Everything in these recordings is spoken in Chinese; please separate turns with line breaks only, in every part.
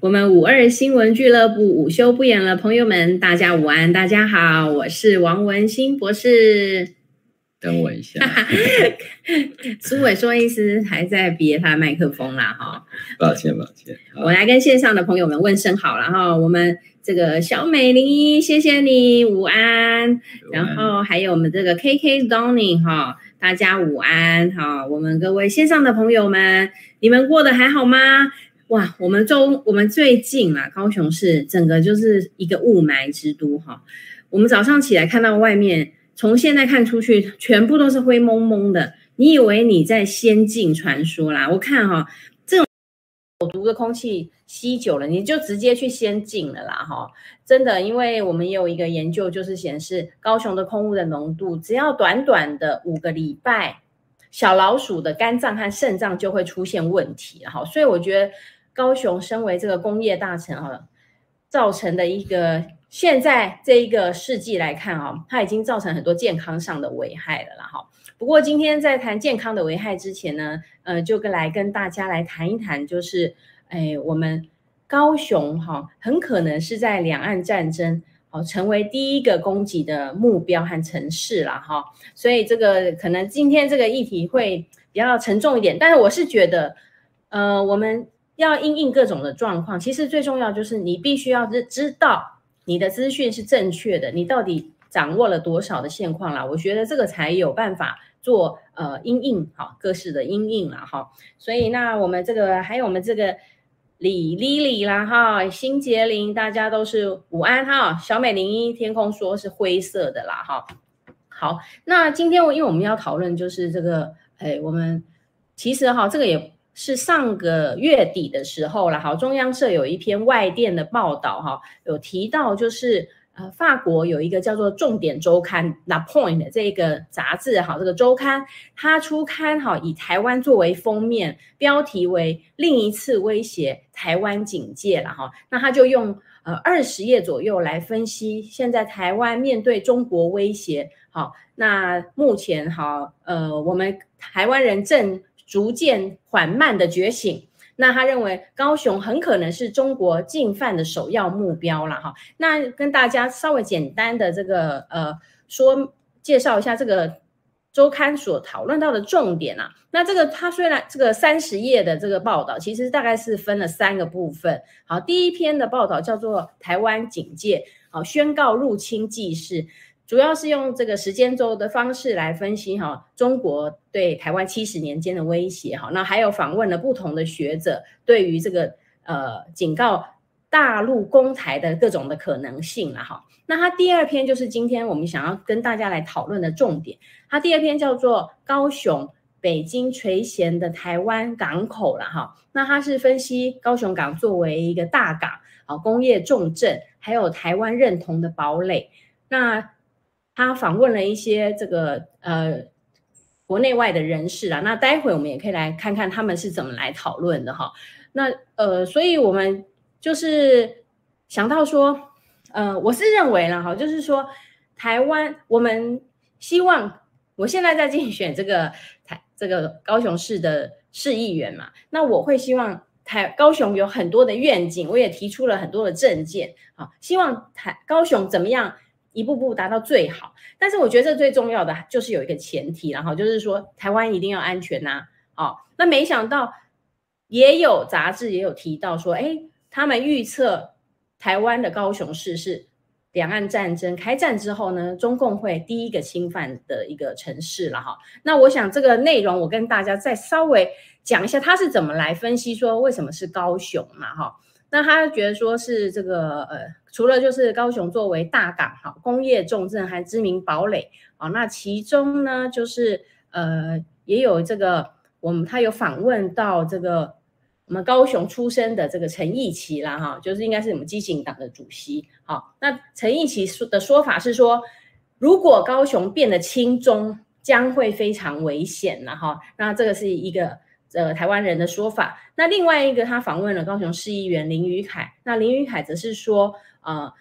我们五二新闻俱乐部午休不演了，朋友们，大家午安，大家好，我是王文新博士。
等我 一下，
苏伟说医师还在憋他麦克风啦哈，
抱歉抱歉。
我来跟线上的朋友们问声好，然后我们这个小美零一，谢谢你午安，然后还有我们这个 KK Downing 哈，大家午安哈，我们各位线上的朋友们，你们过得还好吗？哇，我们中我们最近啊，高雄市整个就是一个雾霾之都哈，我们早上起来看到外面。从现在看出去，全部都是灰蒙蒙的。你以为你在仙境传说啦？我看哈、哦，这种有毒的空气吸久了，你就直接去仙境了啦！哈，真的，因为我们也有一个研究，就是显示高雄的空污的浓度，只要短短的五个礼拜，小老鼠的肝脏和肾脏就会出现问题。哈，所以我觉得高雄身为这个工业大城啊，造成的一个。现在这一个世纪来看啊、哦，它已经造成很多健康上的危害了啦哈。不过今天在谈健康的危害之前呢，呃，就跟来跟大家来谈一谈，就是哎，我们高雄哈、哦，很可能是在两岸战争哦成为第一个攻击的目标和城市了哈、哦。所以这个可能今天这个议题会比较沉重一点，但是我是觉得，呃，我们要因应各种的状况，其实最重要就是你必须要知知道。你的资讯是正确的，你到底掌握了多少的现况啦？我觉得这个才有办法做呃阴应好各式的阴应啦哈。所以那我们这个还有我们这个李 Lily 啦哈，新杰林大家都是午安哈，小美零一天空说是灰色的啦哈。好，那今天我因为我们要讨论就是这个哎，我们其实哈这个也。是上个月底的时候了，好，中央社有一篇外电的报道，哈，有提到就是呃，法国有一个叫做《重点周刊》La Point 这个杂志，哈，这个周刊它出刊，哈，以台湾作为封面，标题为“另一次威胁台湾警戒”了，哈，那他就用呃二十页左右来分析现在台湾面对中国威胁，好，那目前哈，呃，我们台湾人正。逐渐缓慢的觉醒，那他认为高雄很可能是中国进犯的首要目标了哈。那跟大家稍微简单的这个呃说介绍一下这个周刊所讨论到的重点啊。那这个它虽然这个三十页的这个报道，其实大概是分了三个部分。好，第一篇的报道叫做《台湾警戒》，好宣告入侵纪事。主要是用这个时间轴的方式来分析哈，中国对台湾七十年间的威胁哈，那还有访问了不同的学者对于这个呃警告大陆攻台的各种的可能性了哈。那它第二篇就是今天我们想要跟大家来讨论的重点，它第二篇叫做高雄。北京垂涎的台湾港口了哈，那它是分析高雄港作为一个大港啊工业重镇，还有台湾认同的堡垒，那。他访问了一些这个呃国内外的人士啊，那待会我们也可以来看看他们是怎么来讨论的哈。那呃，所以我们就是想到说，呃，我是认为了哈，就是说台湾，我们希望我现在在竞选这个台这个高雄市的市议员嘛，那我会希望台高雄有很多的愿景，我也提出了很多的政见啊，希望台高雄怎么样？一步步达到最好，但是我觉得这最重要的就是有一个前提，然后就是说台湾一定要安全呐、啊，哦，那没想到也有杂志也有提到说，哎，他们预测台湾的高雄市是两岸战争开战之后呢，中共会第一个侵犯的一个城市了哈、哦。那我想这个内容我跟大家再稍微讲一下，他是怎么来分析说为什么是高雄嘛哈、哦。那他觉得说是这个呃，除了就是高雄作为大港哈，工业重镇还知名堡垒啊、哦，那其中呢就是呃也有这个我们他有访问到这个我们高雄出生的这个陈义奇啦哈、哦，就是应该是我们基进党的主席好、哦，那陈义奇说的说法是说，如果高雄变得亲中，将会非常危险了哈，那这个是一个。呃，台湾人的说法。那另外一个，他访问了高雄市议员林宇凯。那林宇凯则是说，呃，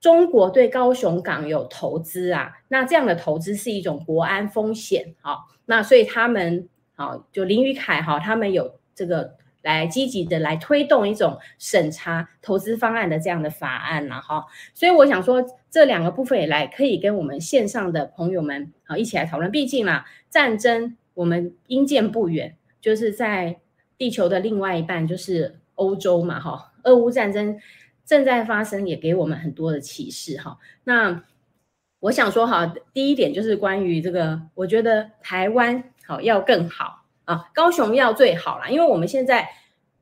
中国对高雄港有投资啊，那这样的投资是一种国安风险。好、哦，那所以他们，好、哦，就林宇凯哈、哦，他们有这个来积极的来推动一种审查投资方案的这样的法案了哈。所以我想说，这两个部分也来可以跟我们线上的朋友们啊一起来讨论。毕竟啦，战争我们因见不远，就是在地球的另外一半，就是欧洲嘛哈。俄乌战争正在发生，也给我们很多的启示哈。那我想说哈，第一点就是关于这个，我觉得台湾好要更好啊，高雄要最好啦，因为我们现在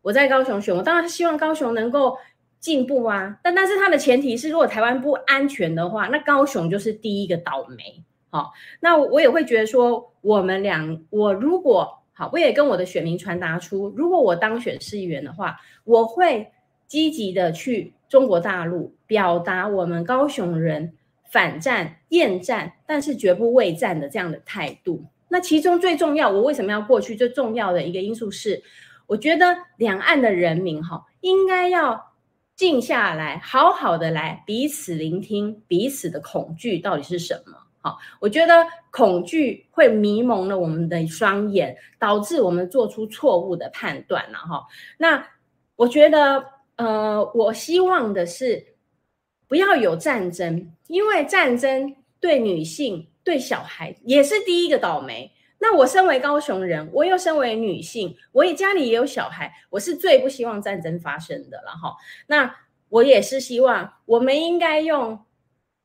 我在高雄选，我当然希望高雄能够进步啊，但但是它的前提是，如果台湾不安全的话，那高雄就是第一个倒霉。好，那我也会觉得说，我们两我如果好，我也跟我的选民传达出，如果我当选市议员的话，我会积极的去中国大陆表达我们高雄人。反战、厌战，但是绝不畏战的这样的态度。那其中最重要，我为什么要过去？最重要的一个因素是，我觉得两岸的人民哈，应该要静下来，好好的来彼此聆听彼此的恐惧到底是什么。好，我觉得恐惧会迷蒙了我们的双眼，导致我们做出错误的判断了哈。那我觉得，呃，我希望的是。不要有战争，因为战争对女性、对小孩也是第一个倒霉。那我身为高雄人，我又身为女性，我也家里也有小孩，我是最不希望战争发生的了哈。那我也是希望我们应该用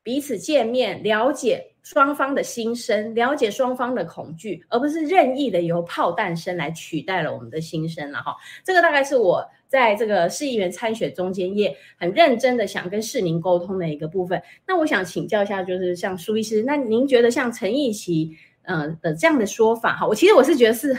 彼此见面，了解双方的心声，了解双方的恐惧，而不是任意的由炮弹声来取代了我们的心声了哈。这个大概是我。在这个市议员参选中间，也很认真的想跟市民沟通的一个部分。那我想请教一下，就是像苏医师，那您觉得像陈义奇，呃的这样的说法，哈，我其实我是觉得是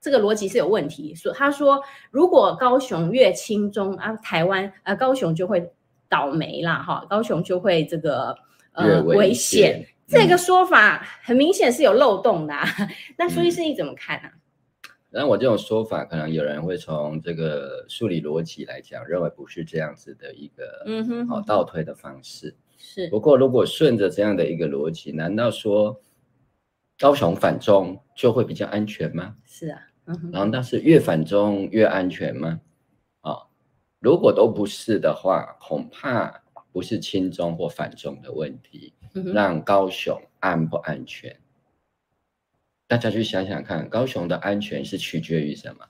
这个逻辑是有问题。说他说，如果高雄越轻中啊，台湾呃高雄就会倒霉啦，哈，高雄就会这个呃危险。嗯这个说法很明显是有漏洞的、啊。 嗯、那苏医师你怎么看啊？
但我这种说法，可能有人会从这个数理逻辑来讲，认为不是这样子的一个
嗯哼
好、哦、倒推的方式。
是。
不过，如果顺着这样的一个逻辑，难道说高雄反中就会比较安全吗？
是啊。嗯哼。
然后，但是越反中越安全吗？啊、哦，如果都不是的话，恐怕不是亲中或反中的问题，
嗯、
让高雄安不安全？大家去想想看，高雄的安全是取决于什么？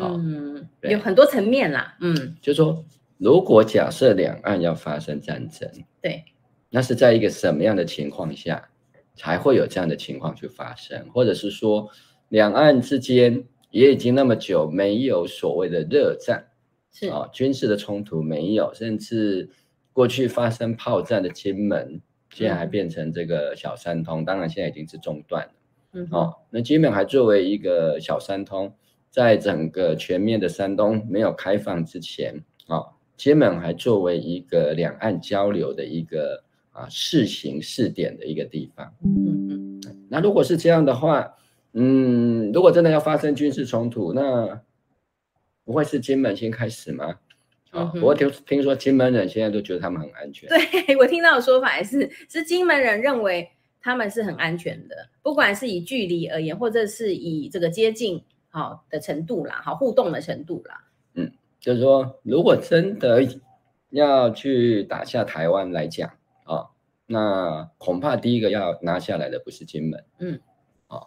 嗯，哦、有很多层面啦。嗯，
就说如果假设两岸要发生战争，
对，
那是在一个什么样的情况下才会有这样的情况去发生？或者是说，两岸之间也已经那么久没有所谓的热战，
是
啊、哦，军事的冲突没有，甚至过去发生炮战的金门。现在还变成这个小三通，当然现在已经是中断了。
嗯，
哦，那金门还作为一个小三通，在整个全面的山东没有开放之前，哦，金门还作为一个两岸交流的一个啊试行试点的一个地方。
嗯嗯。
那如果是这样的话，嗯，如果真的要发生军事冲突，那不会是金门先开始吗？啊、哦，我听听说金门人现在都觉得他们很安全。
对我听到的说法也是，是金门人认为他们是很安全的，不管是以距离而言，或者是以这个接近好、哦、的程度啦，好互动的程度啦。
嗯，就是说，如果真的要去打下台湾来讲啊、哦，那恐怕第一个要拿下来的不是金门。
嗯，
啊，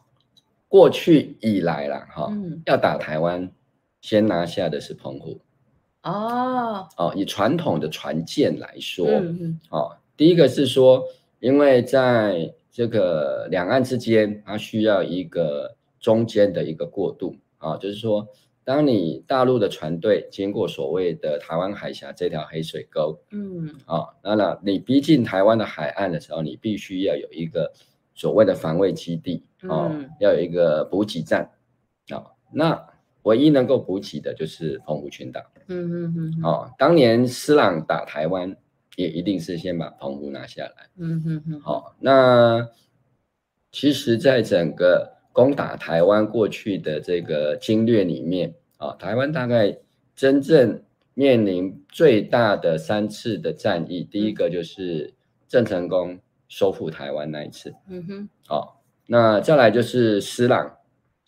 过去以来啦，哈，
嗯、
要打台湾，先拿下的是澎湖。
哦
哦，以传统的船舰来说，
嗯嗯，
哦，第一个是说，因为在这个两岸之间，它需要一个中间的一个过渡啊、哦，就是说，当你大陆的船队经过所谓的台湾海峡这条黑水沟，
嗯，
哦，那了，你逼近台湾的海岸的时候，你必须要有一个所谓的防卫基地，哦，
嗯、
要有一个补给站，啊、哦，那。唯一能够补给的就是澎湖群岛。
嗯嗯嗯。
哦，当年施琅打台湾，也一定是先把澎湖拿下来。
嗯嗯嗯。
好、哦，那其实，在整个攻打台湾过去的这个经略里面，啊、哦，台湾大概真正面临最大的三次的战役，第一个就是郑成功收复台湾那一次。
嗯哼。
哦，那再来就是施琅，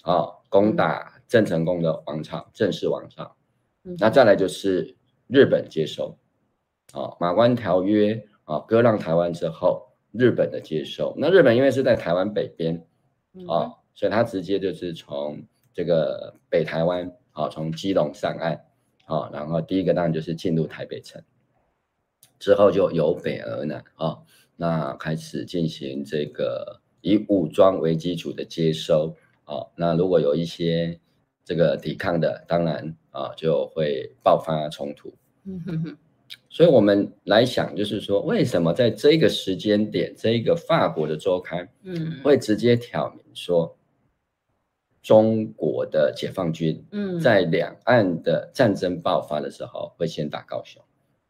哦，攻打。郑成功的王朝，郑氏王朝。
嗯
那再来就是日本接收，啊、马关条约啊、割让台湾之后，日本的接收。那日本因为是在台湾北边啊、
嗯
所以它直接就是从这个北台湾啊、从基隆上岸啊、然后第一个当然就是进入台北城，之后就由北而南啊、那开始进行这个以武装为基础的接收啊、那如果有一些这个抵抗的，当然啊、就会爆发冲突。
嗯哼哼，
所以我们来想，就是说，为什么在这个时间点，这一个法国的周刊
嗯，
会直接挑明说，中国的解放军
嗯，
在两岸的战争爆发的时候会先打高雄？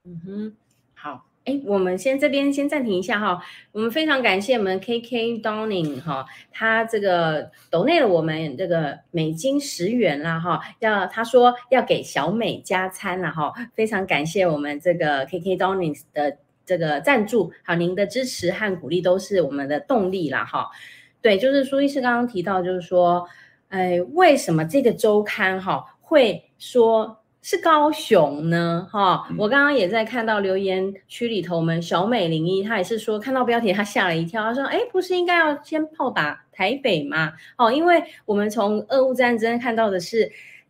嗯哼，好，哎，我们先这边先暂停一下哈，我们非常感谢我们 KK Downing 哈，他这个抖内了我们这个美金十元啦哈，要他说要给小美加餐啦哈，非常感谢我们这个 KK Downing 的这个赞助，好，您的支持和鼓励都是我们的动力啦哈。对，就是苏医师刚刚提到，就是说，哎，为什么这个周刊哈、会说是高雄呢？哈、
嗯
我刚刚也在看到留言区里头，我们小美零一她也是说看到标题她吓了一跳，她说，哎，不是应该要先炮打台北吗？哦，因为我们从俄乌战争看到的是。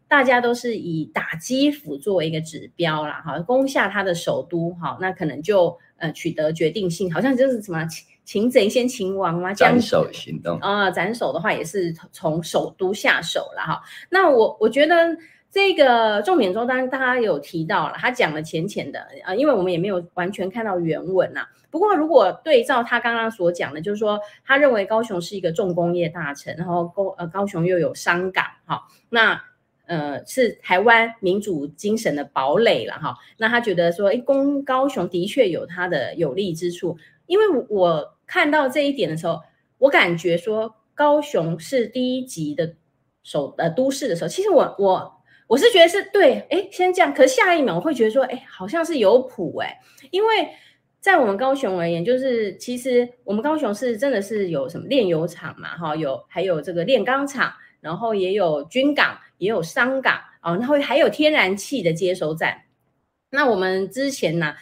大家都是以打基辅作为一个指标啦，哈，攻下他的首都，好，那可能就呃取得决定性，好像就是什么擒擒贼先擒王嘛，
斩
将
首行动。
呃，斩首的话也是从首都下手了哈。那我我觉得这个重点中，当然大家有提到了，他讲了浅浅的，呃，因为我们也没有完全看到原文呐、不过如果对照他刚刚所讲的，就是说他认为高雄是一个重工业大城，然后高呃高雄又有商港哈，那。呃，是台湾民主精神的堡垒了哈。那他觉得说，哎，攻高雄的确有它的有利之处，因为我我看到这一点的时候，我感觉说高雄是第一级的首呃都市的时候，其实我我我是觉得是对，哎，先这样。可是下一秒我会觉得说，哎，好像是有谱哎，因为在我们高雄而言，就是其实我们高雄是真的是有什么炼油厂嘛，哈，有还有这个炼钢厂，然后也有军港，也有商港啊，然后还有天然气的接收站。那我们之前呢、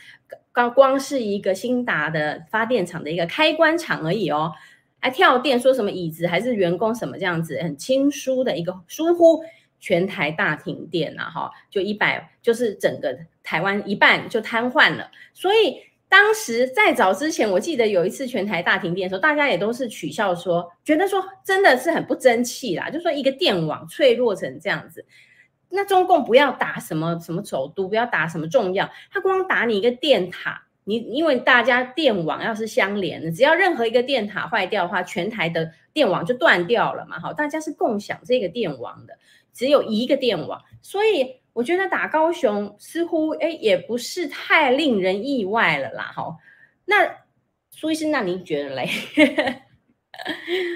高光是一个新达的发电厂的一个开关厂而已哦，还跳电说什么椅子还是员工什么这样子，很亲疏的一个疏忽，全台大停电呐、哈，就一百就是整个台湾一半就瘫痪了，所以。当时在早之前，我记得有一次全台大停电的时候，大家也都是取笑说，觉得说真的是很不争气啦，就说一个电网脆弱成这样子。那中共不要打什么什么首都，不要打什么重要，他光打你一个电塔，你因为大家电网要是相连的，只要任何一个电塔坏掉的话，全台的电网就断掉了嘛。好，大家是共享这个电网的，只有一个电网，所以我觉得打高雄似乎哎也不是太令人意外了啦。好，那苏医生，那您觉得嘞？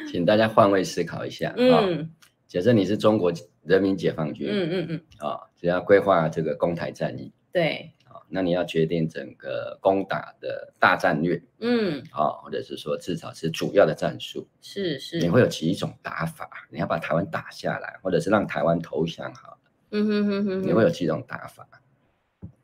请大家换位思考一下啊、
嗯
假设你是中国人民解放
嗯
军
嗯嗯，
啊、只要规划这个攻台战役
对，
啊、那你要决定整个攻打的大战略
嗯
啊、或者是说至少是主要的战术，
是是，
你会有几种打法？你要把台湾打下来，或者是让台湾投降好了，
嗯哼哼哼哼，
你会有几种打法？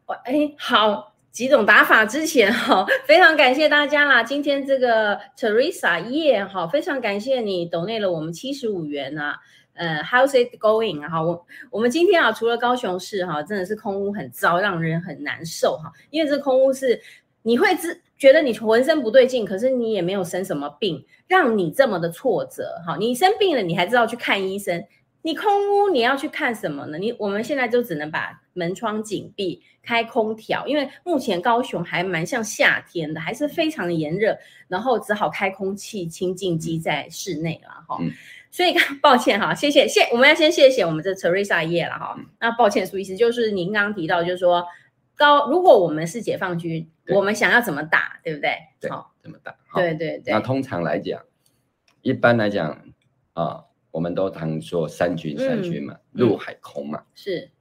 哇哎，好，几种打法之前哈、非常感谢大家啦。今天这个 Teresa 叶哈、非常感谢你抖内了我们七十五元啊。呃，How's it going？哈、我我们今天啊，除了高雄市哈、真的是空屋很糟，让人很难受哈、因为这空屋是你会知觉得你浑身不对劲，可是你也没有生什么病，让你这么的挫折哈、你生病了，你还知道去看医生，你空屋你要去看什么呢？你我们现在就只能把门窗紧闭，开空调，因为目前高雄还蛮像夏天的，还是非常的炎热，然后只好开空气清净机在室内了哈。
嗯
所以抱歉哈，谢谢谢，我们要先谢谢我们这 Teresa 叶了哈。
嗯
那抱歉，苏医师，就是您刚刚提到，就是说高，如果我们是解放军，
对
我们想要怎么打，对不对？
对
好，
这么打？好
对对对
那，通常来讲，一般来讲啊、我们都常说三军，三军嘛，陆海空嘛。
是，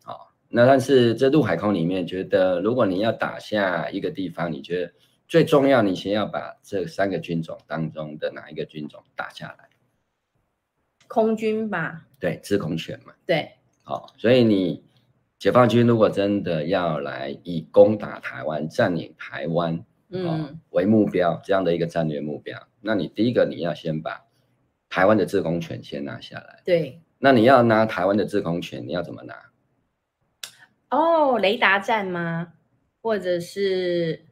那但是这陆海空里面，觉得如果你要打下一个地方，你觉得最重要，你先要把这三个军种当中的哪一个军种打下来？
空军吧，
对，制空权嘛。
对，
好、所以你解放军如果真的要来以攻打台湾、占领台湾哦
嗯
为目标这样的一个战略目标，那你第一个你要先把台湾的制空权先拿下来。
对，
那你要拿台湾的制空权，你要怎么拿？
哦，雷达站吗？或者是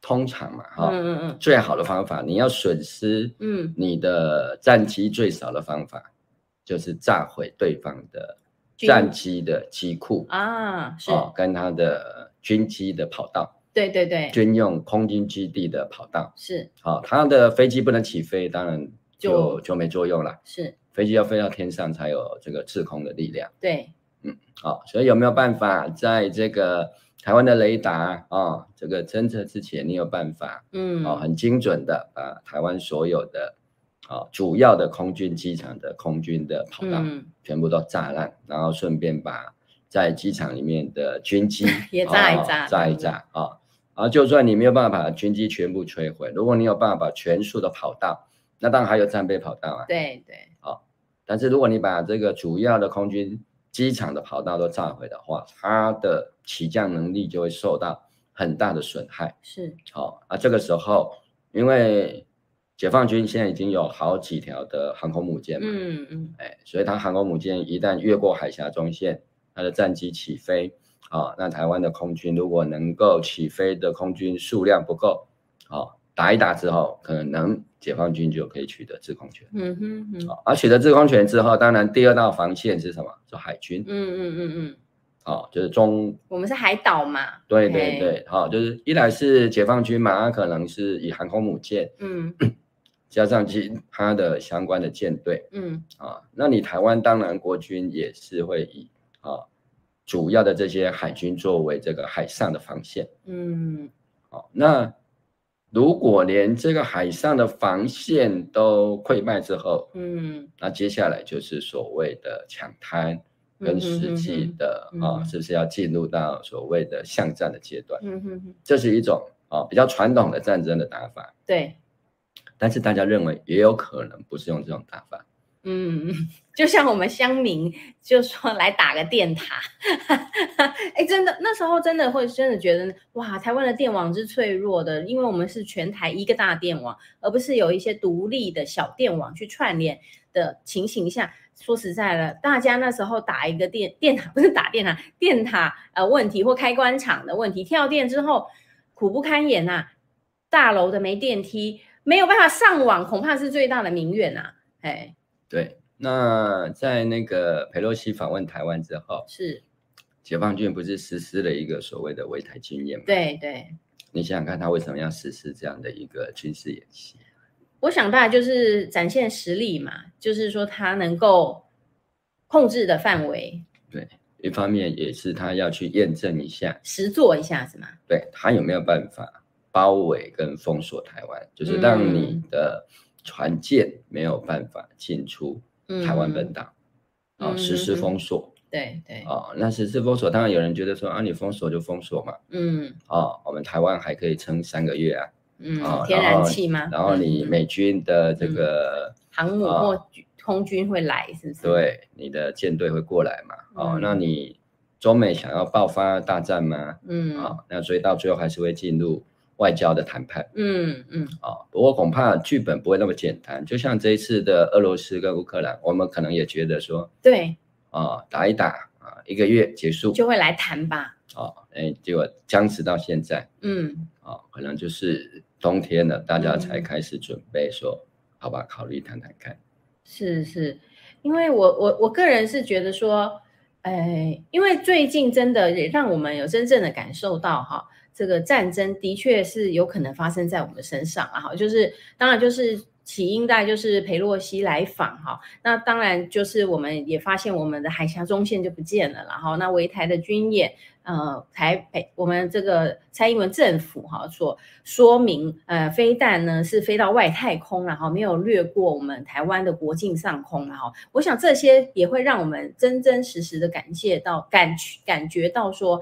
通常嘛，哈、
嗯嗯
最好的方法，你要损失
嗯嗯，
你的战机最少的方法，就是炸毁对方的
军
战机的机库
啊，是
哦，跟他的军机的跑道、
对对对，
军用空军基地的跑道。
是
好、他的飞机不能起飞，当然就
就
就没作用了。
是，
飞机要飞到天上才有这个制空的力量。
对，
好、哦所以有没有办法在这个台湾的雷达啊、哦这个侦测之前，你有办法
嗯，
哦，很精准的把台湾所有的啊、主要的空军机场的空军的跑道、
嗯，
全部都炸烂，然后顺便把在机场里面的军机
也炸一
哦
炸
炸一炸啊、哦然后就算你没有办法把军机全部摧毁，如果你有办法把全数的跑道，那当然还有战备跑道啊。
对对，
但是如果你把这个主要的空军机场的跑道都炸毁的话，它的起降能力就会受到很大的损害。
是，
好、啊，这个时候因为解放军现在已经有好几条的航空母舰嘛，
嗯嗯，
哎，所以它航空母舰一旦越过海峡中线，它的战机起飞，啊、那台湾的空军如果能够起飞的空军数量不够，好、打一打之后，可能解放军就可以取得制空权。
嗯哼哼，
啊而、取得制空权之后，当然第二道防线是什么？是海军
嗯，嗯嗯嗯，
哦，就是中，
我们是海岛嘛，
对对
嘿，
对，好、就是一来是解放军嘛，它可能是以航空母舰
嗯
加上其他的相关的舰队
嗯，
啊，那你台湾当然国军也是会以啊主要的这些海军作为这个海上的防线，
嗯，
哦，那如果连这个海上的防线都溃败之后，
嗯，
那接下来就是所谓的抢滩跟
嗯哼
实
哼
际
哼
的啊、
嗯
是不是要进入到所谓的巷战的阶段？
嗯哼哼，
这是一种啊、比较传统的战争的打法，
对，
但是大家认为也有可能不是用这种打法，
嗯， 就像我们乡民就说来打个电塔， 哎，真的那时候真的会真的觉得哇，台湾的电网是脆弱的，因为我们是全台一个大电网，而不是有一些独立的小电网去串联的情形下。说实在的，大家那时候打一个电电塔，不是打电塔，电塔呃问题或开关厂的问题，跳电之后苦不堪言呐、大楼的没电梯，没有办法上网，恐怕是最大的民怨呐、啊，哎。
对。那在那个佩洛西访问台湾之后，
是
解放军不是实施了一个所谓的围台军演吗？，
对对，
你想想看，他为什么要实施这样的一个军事演习？
我想大概就是展现实力嘛，就是说他能够控制的范围
一方面也是他要去验证一下
实做一下子嘛。
对他有没有办法包围跟封锁台湾，就是让你
嗯
的船舰没有办法进出
嗯，
台湾本岛，啊、
嗯
实施
嗯嗯
封锁
对对，
啊、那实施封锁，当然有人觉得说啊，你封锁就封锁嘛，
嗯
啊、我们台湾还可以撑三个月啊，
嗯，
哦
天
然
然
后
气吗？
然后
嗯
你
嗯
美军的这个、
航母
啊
或军空军会来，是不是？，
对你的舰队会过来嘛，哦，
嗯
那你中美想要爆发大战吗？啊、
嗯
那所以到最后还是会进入外交的谈判。
嗯嗯，
啊、不过恐怕剧本不会那么简单。就像这一次的俄罗斯跟乌克兰，我们可能也觉得说，
对，
啊、打一打啊、一个月结束，
就会来谈吧。
啊，哎、结果僵持到现在
嗯
啊、可能就是冬天了，大家才
嗯
开始准备说，好吧，考虑谈谈看。
是是，因为我我我个人是觉得说，哎，因为最近真的也让我们有真正的感受到哈，这个战争的确是有可能发生在我们身上啊，哈，就是当然就是。起因大概就是裴洛西来访哈，那当然就是我们也发现我们的海峡中线就不见了，然后那围台的军演，呃，台北我们这个蔡英文政府哈所说明，呃，飞弹呢是飞到外太空然后没有掠过我们台湾的国境上空然后我想这些也会让我们真真实实的感谢到感感觉到说，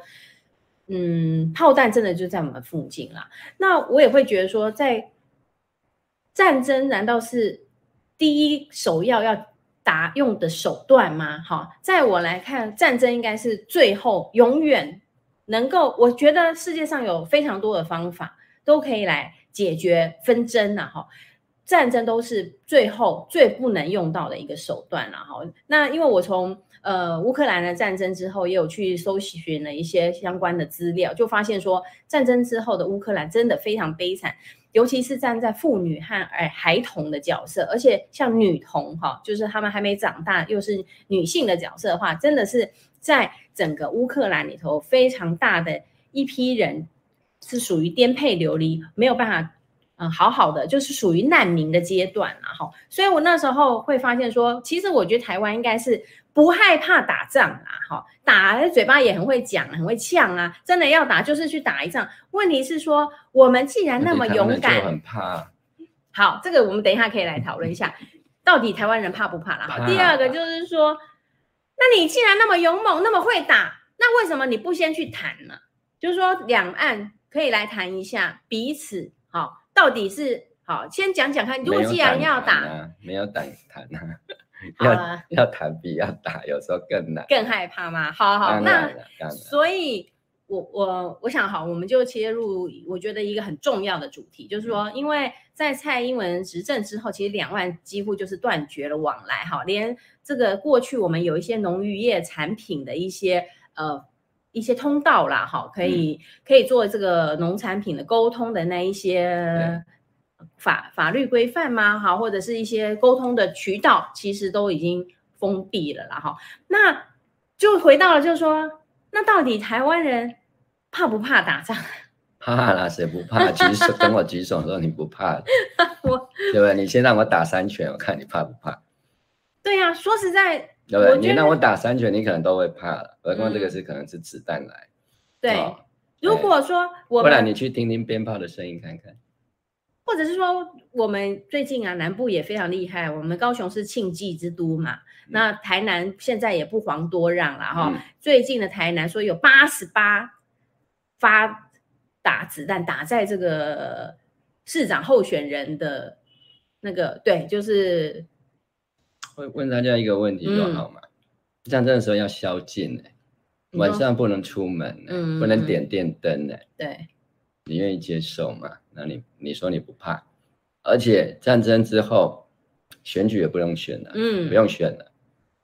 嗯，炮弹真的就在我们附近啦。那我也会觉得说，在战争难道是第一首要要达用的手段吗？哈，在我来看，战争应该是最后永远能够，我觉得世界上有非常多的方法都可以来解决纷争呐、哈。战争都是最后最不能用到的一个手段了哈。那因为我从呃乌克兰的战争之后，也有去搜寻了一些相关的资料，就发现说战争之后的乌克兰真的非常悲惨，尤其是站在妇女和哎孩童的角色，而且像女童哈，就是她们还没长大，又是女性的角色的话，真的是在整个乌克兰里头非常大的一批人是属于颠沛流离，没有办法嗯，好好的，就是属于难民的阶段啦，哈。所以我那时候会发现说，其实我觉得台湾应该是不害怕打仗啦，哈，打嘴巴也很会讲，很会呛啊，真的要打就是去打一仗。问题是说，我们既啊然那么
而且他们
勇
就
敢，
很怕，
好，这个我们等一下可以来讨论一 下，到底台湾人怕不怕啦？哈
怕
第二个就是说，那你既然那么勇猛，那么会打，那为什么你不先去谈呢？就是说两岸可以来谈一下彼此，好、到底是好、先讲讲看。如果
没有
既然
胆
要
谈
打，
啊，没有胆谈啊，
好
要
了，
要谈比要打有时候更难。
更害怕吗？好好，
当
那
然了，当然
所以我我我想好，我们就切入我觉得一个很重要的主题，就是说，因为在蔡英文执政之后，其实两岸几乎就是断绝了往来，哈，连这个过去我们有一些农渔业产品的一些呃。一些通道啦，哈，可以可以做这个农产品的沟通的那一些法法律规范吗？哈，或者是一些沟通的渠道，其实都已经封闭了啦，哈。那就回到了，就是说，那到底台湾人怕不怕打仗？
怕啦，谁不怕？举手跟我举手说你不怕，
我
对不对？你先让我打三拳，我看你怕不怕，
对呀、说实在，
对不对？
我
你
觉得嗯
让我打三拳，你可能都会怕了。何况这个是可能是子弹来，
对，
哦
如果说我
不然
们，
你去听听鞭炮的声音看看。
或者是说我们最近啊，南部也非常厉害，我们高雄是庆忌之都嘛，那台南现在也不遑多让了哈、
嗯
最近的台南说有八十八发打子弹打在这个市长候选人的那个，对，就是
问问大家一个问题就好嘛。
嗯
战争的时候要宵禁哎、
你
晚
说
上不能出门哎、
嗯
不能点电灯哎、
对，
你愿意接受吗？那你你说你不怕，而且战争之后选举也不用选了、
嗯
不，用选了，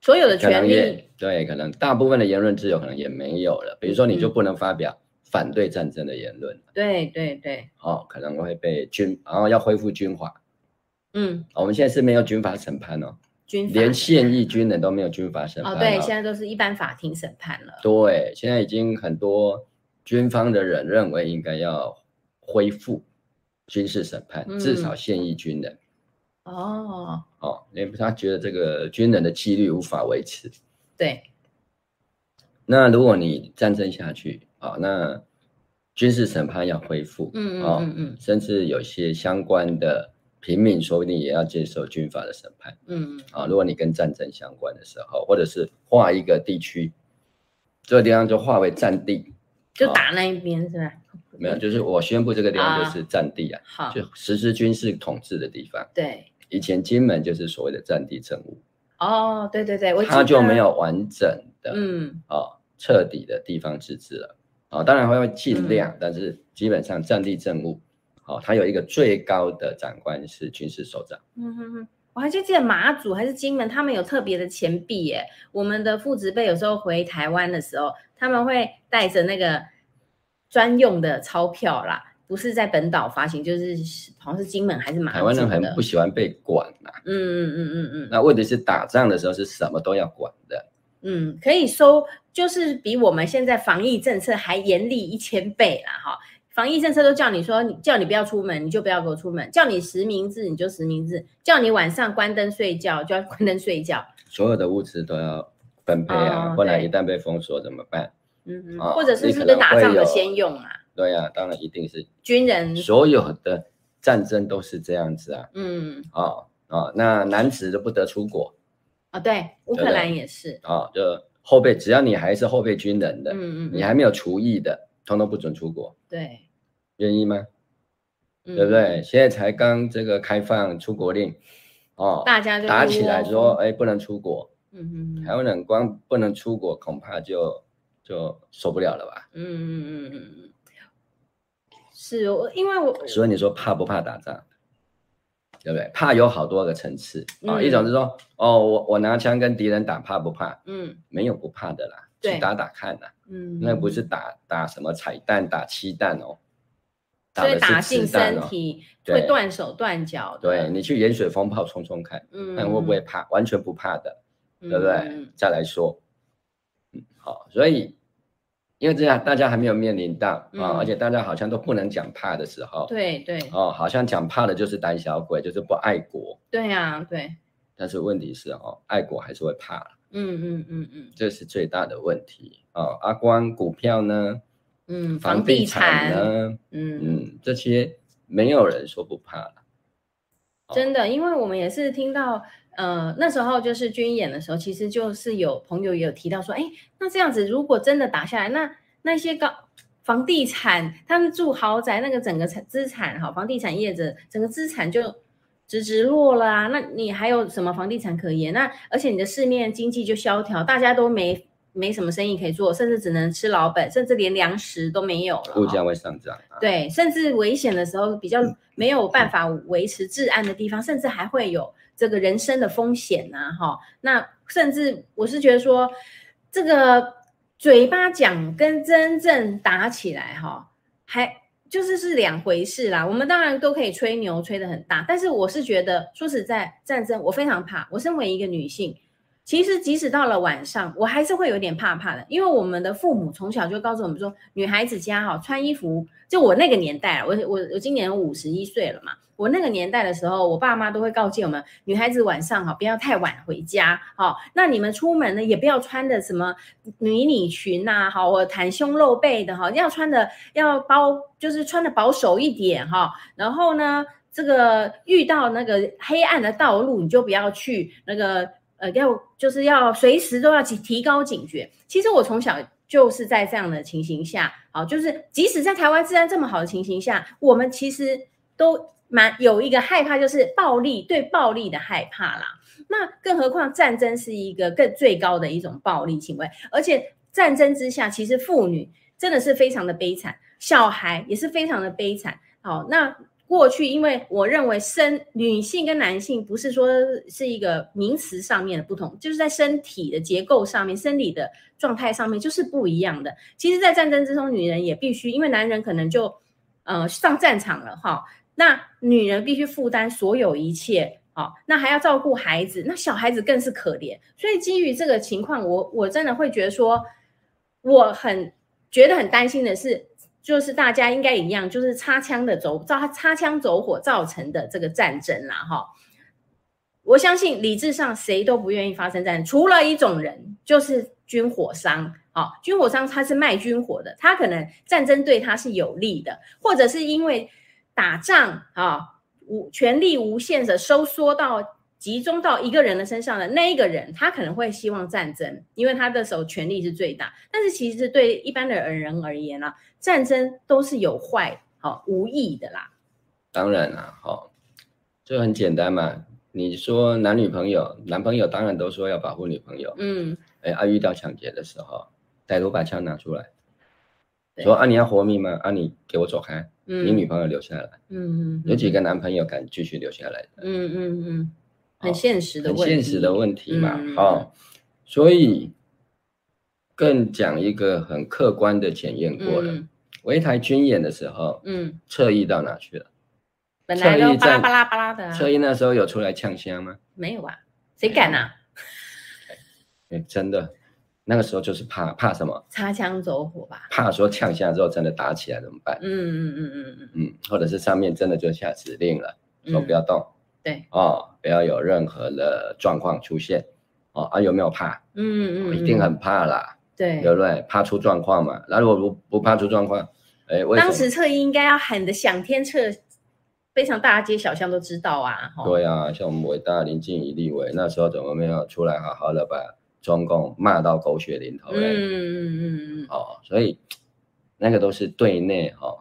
所有的
可
权
能
利
也对，可能大部分的言论自由可能也没有了，比如说你就
嗯
不能发表反对战争的言论、
对对对，
哦，可能会被军，然后要恢复军法。哦
嗯，
我们现在是没有军法审判哦，
军法啊
连现役军人都没有军法审判啊
哦，对，现在都是一般法庭审判了。
对，现在已经很多军方的人认为应该要恢复军事审判，至
嗯
少现役军人、
哦，
哦，因为他觉得这个军人的纪律无法维持。
对，
那如果你战争下去啊、那军事审判要恢复，
嗯
哦
嗯嗯
甚至有些相关的平民说不定也要接受军法的审判
嗯嗯，
啊、如果你跟战争相关的时候，或者是划一个地区，这个地方就划为战地，
就打那一边是吧？
没有，就是我宣布这个地方就是战地啊，
好，
就实施军事统治的地方。
对，
以前金门就是所谓的战地政务，
哦，对对对，我
它
记
就
得
没，有完整的啊、
嗯
哦、彻底的地方自治了啊、当然会尽量，
嗯
但是基本上战地政务，哦，它有一个最高的长官是军事首长，
嗯哼哼。我还就记得马祖还是金门，他们有特别的钱币耶。我们的父职辈有时候回台湾的时候，他们会带着那个专用的钞票啦，不是在本岛发行，就是好像是金门还是马祖
台湾人很
的
不喜欢被管呐、
嗯嗯嗯嗯嗯
那问题是打仗的时候是什么都要管的，
嗯，可以收，就是比我们现在防疫政策还严厉一千倍啦哈。防疫政策都叫你说，你叫你不要出门，你就不要给我出门；叫你实名制，你就实名制；叫你晚上关灯睡觉，就要关灯睡觉。
所有的物资都要分配
哦
啊，不然
对
一旦被封锁怎么办？
嗯，嗯
哦
或者是
你
是
可
不是
能
打
会
仗的
有
先用啊？
对呀、当然一定是
军人，
所有的战争都是这样子啊，
嗯，
啊、哦、啊、哦，那男子都不得出国
啊、对，乌克
对对
兰也是，
啊、哦，就后备，只要你还是后备军人的，
嗯嗯，
你
嗯
还没有厨役的，通通不准出国，
对，嗯
愿意吗？
对
对不对？？现在才刚这个开放出国令，哦，
大家就
打起来
窝
说，
蜂，
哎，不能出国，
嗯嗯
台湾人光不能出国，恐怕就就受不了了吧？
嗯嗯嗯嗯嗯，是我因为我
所以你说怕不怕打仗，对不对？怕有好多个层次啊、
嗯
一种是说，哦，我我拿枪跟敌人打，怕不怕？
嗯
没有不怕的啦，
对
去打打看啦。
嗯，
那不是打打什么彩弹、打气弹哦，打
所以
的
打
是
进
子弹
身
哦。
体
对
会断手断脚
对
的，
你去盐水风炮冲冲看，
嗯，
看会不会怕？完全不怕的，
嗯，
对不对
嗯？？
再来说，嗯，好，所以因为这样大家还没有面临到
嗯
啊，而且大家好像都不能讲怕的时候，
对对
哦，好像讲怕的就是胆小鬼，就是不爱国。
对啊，对，
但是问题是哦，爱国还是会怕啦，
嗯嗯嗯嗯
这是最大的问题哦。阿光股票呢，
嗯，
房地产
呢，
呢，
嗯，
嗯，这些没有人说不怕了。哦
真的，因为我们也是听到。呃，那时候就是军演的时候，其实就是有朋友也有提到说，哎，那这样子如果真的打下来，那那些高房地产，他们住豪宅，那个整个产资产哈，房地产业者整个资产就直直落了啊。那你还有什么房地产可言？那而且你的市面经济就萧条，大家都没没什么生意可以做，甚至只能吃老本，甚至连粮食都没有了哦。
物价会上涨啊。
对，甚至危险的时候比较没有办法维持治安的地方，甚至还会有这个人身的风险呐、哈。那甚至我是觉得说，这个嘴巴讲跟真正打起来哈，还就是是两回事啦。我们当然都可以吹牛吹得很大，但是我是觉得说实在，战争我非常怕。我身为一个女性，其实即使到了晚上，我还是会有点怕怕的，因为我们的父母从小就告诉我们说，女孩子家哈、穿衣服，就我那个年代啊，我我我今年五十一岁了嘛，我那个年代的时候，我爸妈都会告诫我们，女孩子晚上哈、不要太晚回家，好、那你们出门呢也不要穿的什么迷你裙呐、好，我袒胸露背的哈、要穿的要包，就是穿的保守一点哈、然后呢，这个遇到那个黑暗的道路，你就不要去那个呃，要就是要随时都要提提高警觉。其实我从小就是在这样的情形下，好、就是即使在台湾治安这么好的情形下，我们其实都蛮有一个害怕，就是暴力对暴力的害怕啦。那更何况战争是一个更最高的一种暴力行为，而且战争之下，其实妇女真的是非常的悲惨，小孩也是非常的悲惨。好，那过去因为我认为生女性跟男性不是说是一个名词上面的不同，就是在身体的结构上面、生理的状态上面就是不一样的。其实，在战争之中，女人也必须，因为男人可能就呃上战场了哈，那女人必须负担所有一切。好、那还要照顾孩子，那小孩子更是可怜。所以基于这个情况，我我真的会觉得说，我很觉得很担心的是，就是大家应该一样，就是擦枪的走，照擦枪走火造成的这个战争啦，哈。我相信理智上谁都不愿意发生战争，除了一种人，就是军火商。啊，军火商他是卖军火的，他可能战争对他是有利的，或者是因为打仗啊，无权力无限的收缩到集中到一个人的身上的那一个人，他可能会希望战争，因为他的手权力是最大。但是其实对一般的人而言啊，战争都是有坏好、无益的啦。
当然啦，哦，这很简单嘛。你说男女朋友，男朋友当然都说要保护女朋友。
嗯，
哎，啊，遇到抢劫的时候，歹徒把枪拿出来，
对
说啊，你要活命吗？啊，你给我走开，
嗯
你女朋友留下来。
嗯嗯
有几个男朋友敢继续留下来的？
嗯嗯嗯，很
哦
现实的
很
问题，
现实的问题嘛，
嗯
哦，所以更讲一个很客观的检验过了。
嗯
围台军演的时候，
嗯，
侧翼到哪去了？
本来
侧
都
翼
巴拉
战
巴拉巴拉的、啊，
侧翼那时候有出来呛香吗？
没有啊，谁敢啊？
嗯哎，真的，那个时候就是怕怕什么？
擦枪走火吧。
怕说呛下之后真的打起来怎么办？
嗯嗯嗯嗯嗯
嗯，或者是上面真的就下指令了，
嗯，
说不要动
对，
哦，不要有任何的状况出现哦啊，有没有怕？
嗯嗯嗯，
哦一定很怕啦，
对，
对不对？怕出状况嘛。那如果不不怕出状况，哎，为什
当
么？
时侧翼应该要喊的响天彻，非常大街小巷都知道啊。齁，
对啊，像我们伟大的林静怡立委那时候怎么没有出来好好的把中共骂到狗血淋头
嗯
嘞？
嗯嗯嗯
哦，所以那个都是对内哦，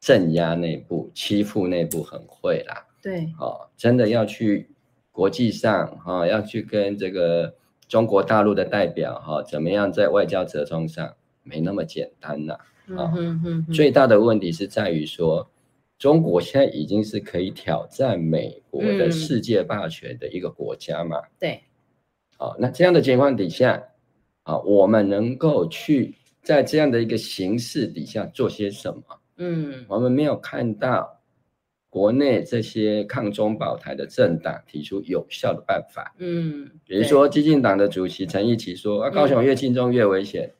镇压内部、欺负内部很会啦。
对，
哦，真的要去国际上哈、要去跟这个中国大陆的代表哈、怎么样在外交折冲上没那么简单呐、
嗯哼哼哼，
最大的问题是在于说，中国现在已经是可以挑战美国的
嗯
世界霸权的一个国家嘛？
对，
啊，那这样的情况底下，啊，我们能够去在这样的一个形势底下做些什么？
嗯
我们没有看到国内这些抗中保台的政党提出有效的办法，
嗯，
比如
对，
说激进党的主席陈义奇说啊，高
嗯
雄越亲中越危险，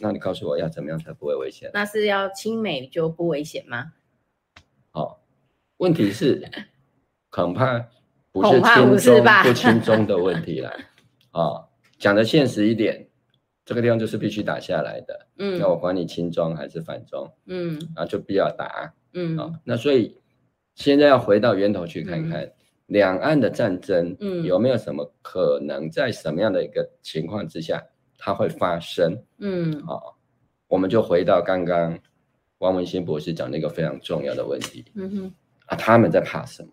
那你告诉我要怎么样才不会危险？
那是要亲美就不危险吗？
哦，问 题是恐怕不是
恐怕
轻
不是
中
吧
不轻中的问题了。 哦，讲的现实一点，这个地方就是必须打下来的。
嗯
那我管你轻中还是反中，
嗯
然后就必要打啊、
嗯
那所以现在要回到源头去看看，两岸的战争，
嗯
有没有什么可能在什么样的一个情况之下它会发生？
嗯
我们就回到刚刚王文新博士讲的一个非常重要的问题
嗯哼，
啊，他们在怕什么？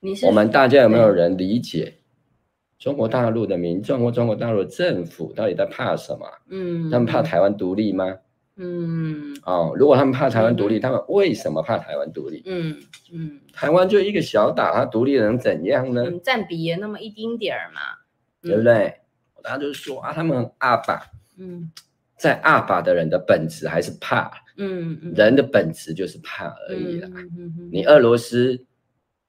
你是
我们大家有没有人理解中国大陆的民众或中国大陆的政府到底在怕什么？
嗯，
他们怕台湾独立吗？
嗯
哦，如果他们怕台湾独立，他们为什么怕台湾独立？
嗯嗯
台湾就一个小岛，它独立能怎样呢？
嗯，占比也那么一丁点儿嘛，
呃对不对？大家就说啊，他们很阿爸，
嗯
在阿爸的人的本质还是怕，
嗯嗯，
人的本质就是怕而已啦。
嗯
你俄罗斯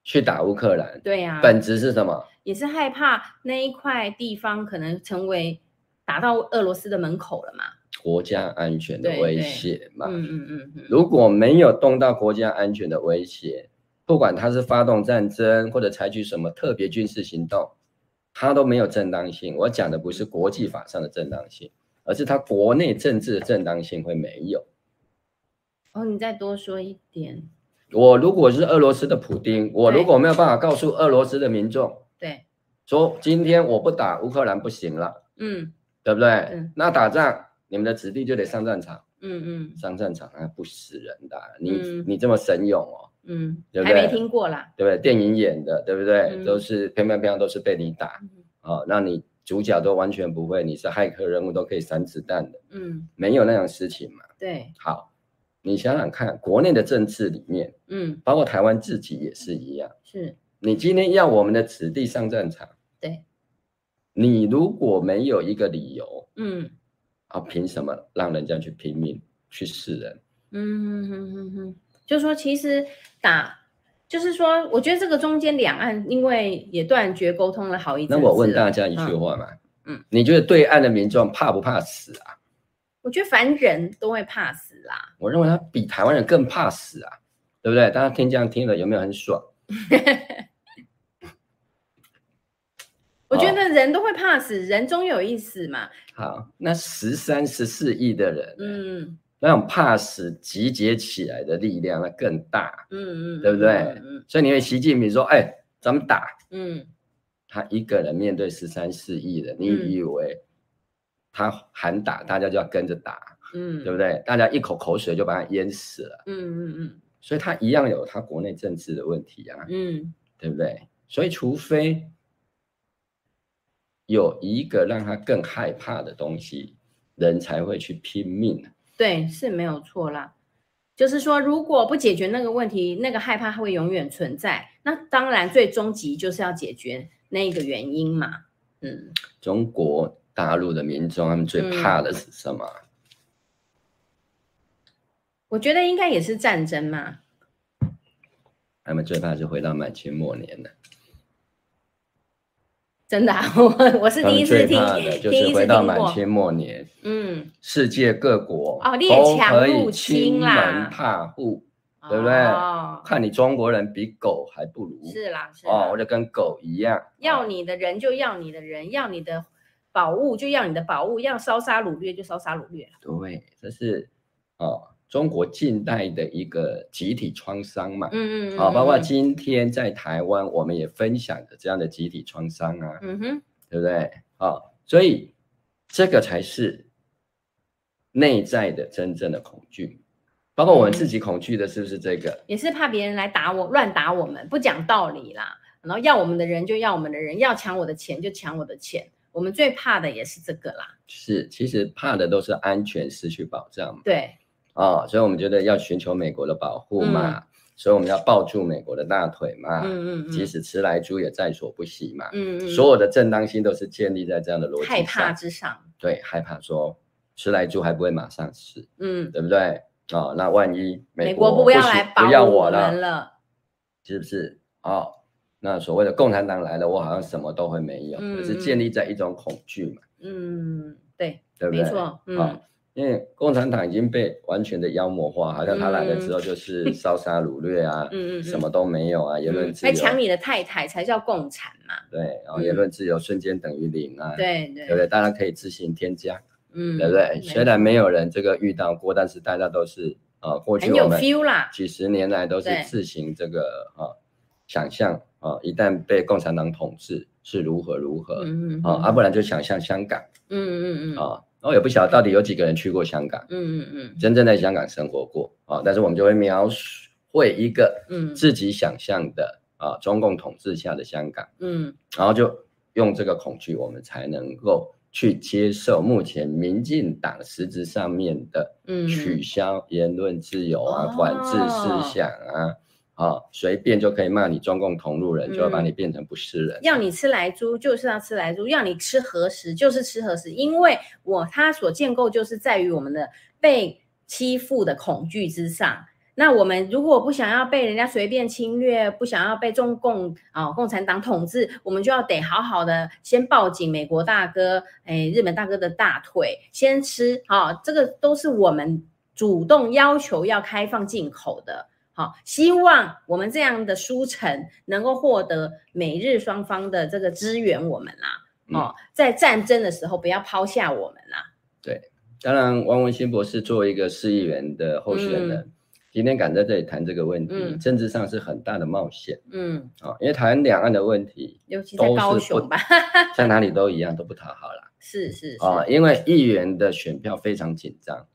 去打乌克兰，
对呀，
本质是什么？
也是害怕那一块地方可能成为打到俄罗斯的门口了嘛，
国家安全的
对
威
对
胁嘛。
嗯嗯嗯嗯，
啊如果没有动到国家安全的威胁，不管他是发动战争或者采取什么特别军事行动，他都没有正当性。我讲的不是国际法上的正当性，而是他国内政治的正当性会没有。
哦，你再多说一点，
我如果是俄罗斯的普丁，我如果没有办法告诉俄罗斯的民众
对，
说今天我不打乌克兰不行了，
嗯
对不对？
嗯
那打仗你们的子弟就得上战场，
嗯
上战场那不死人的啊，你、
嗯
你这么神勇哦。
嗯
对
嗯，
不
还没
对
听过啦，
对不对？电影演的，对不对？
嗯
都是乒乓乒乓都是被你打
嗯
哦，那你主角都完全不会，你是骇客人物都可以闪子弹的，
嗯，
没有那种事情嘛。
对，
好，你想想看，国内的政治里面，
嗯
包括台湾自己也是一样。
是，
你今天要我们的子弟上战场，
对，
你如果没有一个理由
嗯
啊，凭什么让人家去拼命去试人？
嗯哼哼哼哼，就是说其实打。就是说，我觉得这个中间两岸因为也断绝沟通了好一阵
那
子
我问大
了
家一句
嗯
话嘛，
嗯
你觉得对岸的民众怕不怕死啊？
我觉得凡人都会怕死啦，
我认为他比台湾人更怕死啊，对不对？大家听这样听了有没有很爽？
我觉
哦
得人都会怕死，人终有一死嘛。
好，那十三、十四亿的人，嗯，
嗯
那种怕死集结起来的力量，那更大。
嗯嗯，
对不对
嗯
所以你会习近平说：“哎，咱们打。
嗯”
他一个人面对十三、四亿人，你
嗯
以为他喊打，大家就要跟着打，
嗯，
对
嗯
不对？大家一口口水就把他淹死了。
嗯嗯
所以他一样有他国内政治的问题啊。
嗯
对不对？所以，除非有一个让他更害怕的东西，人才会去拼命啊。
嗯，对，是没有错啦。就是说，如果不解决那个问题，那个害怕会永远存在。那当然，最终极就是要解决那个原因嘛。嗯，
中国大陆的民众，他们最怕的是什么？
我觉得应该也是战争嘛。
他们最怕是回到满清末年的。
真的、啊，我我是
他
第一
们
次
最
听
怕的，就
第
是
一
回
次
到
听
满
过。
清末年，
嗯，
世界各国
哦列
都
强
可以
入
亲
侵啦
门踏户，对不对
哦、
看你中国人比狗还不如
是啦，是啦。
哦，我就跟狗一样。
要
哦
你的人就要你的人，要你的宝物就要你的宝物，要烧杀掳掠就烧杀掳掠。
哦对，这是哦，中国近代的一个集体创伤嘛。
嗯嗯，
啊、包括
嗯
今天在台湾，我们也分享的这样的集体创伤啊，
嗯哼，
对不对？啊、所以这个才是内在的真正的恐惧，包
嗯
括我们自己恐惧的，是不是这个？
也是怕别人来打我，乱打我们，不讲道理啦。然后要我们的人就要我们的人，要抢我的钱就抢我的钱。我们最怕的也是这个啦，
是，其实怕的都是安全失去保障嘛。
对，
啊、所以我们觉得要寻求美国的保护嘛，所以我们要抱住美国的大腿嘛，
嗯嗯嗯嗯，
即使吃来猪也在所不惜嘛。
嗯嗯，嗯
所有的正当性都是建立在这样的逻辑上，
害怕之上，
对，害怕说吃来猪还不会马上死，
嗯，
对不对？哦，那万一
美
国
不要来
行
保
不要
护
我
们
了，
了，
是不是？哦，那所谓的共产党来了，我好像什么都会没有，
嗯
可是
嗯
建立在一种恐惧嘛，
嗯，对，
对不
没
对？
错，
啊
嗯，
因为共产党已经被完全的妖魔化，好像他来了之后就是烧杀掳掠啊，
嗯嗯嗯嗯
什么都没有啊，言论
嗯，
自
来
由，
抢你的太太才叫共产嘛，
对，然后
嗯
言论自由瞬间等于零啊，
对
对不
对，
对？大家可以自行添加，
嗯，
对不对？
没
虽然没有人这个遇到过，但是大家都是啊，呃过去
很有
我们
feel 啦，
几十年来都是
对
自行这个啊想象啊，一旦被共产党统治是如何如何
嗯嗯，
啊，啊
嗯
不然就想象香港
嗯嗯嗯嗯
啊，然后也不晓得到底有几个人去过香港。
嗯嗯
真正在香港生活过啊，但是我们就会描述会一个
嗯
自己想象的啊中共统治下的香港，
嗯
然后就用这个恐惧，我们才能够去接受目前民进党实质上面的
嗯，
取消言论自由啊、
哦
管制思想啊。啊，随便就可以骂你中共同路人，就要把
嗯
你变成不是人。啊
要你吃来猪就是要吃来猪，要你吃核食就是吃核食，因为我它所建构就是在于我们的被欺负的恐惧之上。那我们如果不想要被人家随便侵略，不想要被中共啊、共产党统治，我们就要得好好的先抱紧美国大哥、哎日本大哥的大腿，先吃啊、这个都是我们主动要求要开放进口的。好，希望我们这样的书城能够获得美日双方的这个支援，我们啦，哦，在战争的时候不要抛下我们啦，
当然，王文新博士作为一个市议员的候选人，今天敢在这里谈这个问题，
嗯
政治上是很大的冒险
嗯，
啊、因为谈两岸的 问题，
尤其在高雄吧，
在哪里都一样，都不讨好了
是是是，
啊、因为议员的选票非常紧张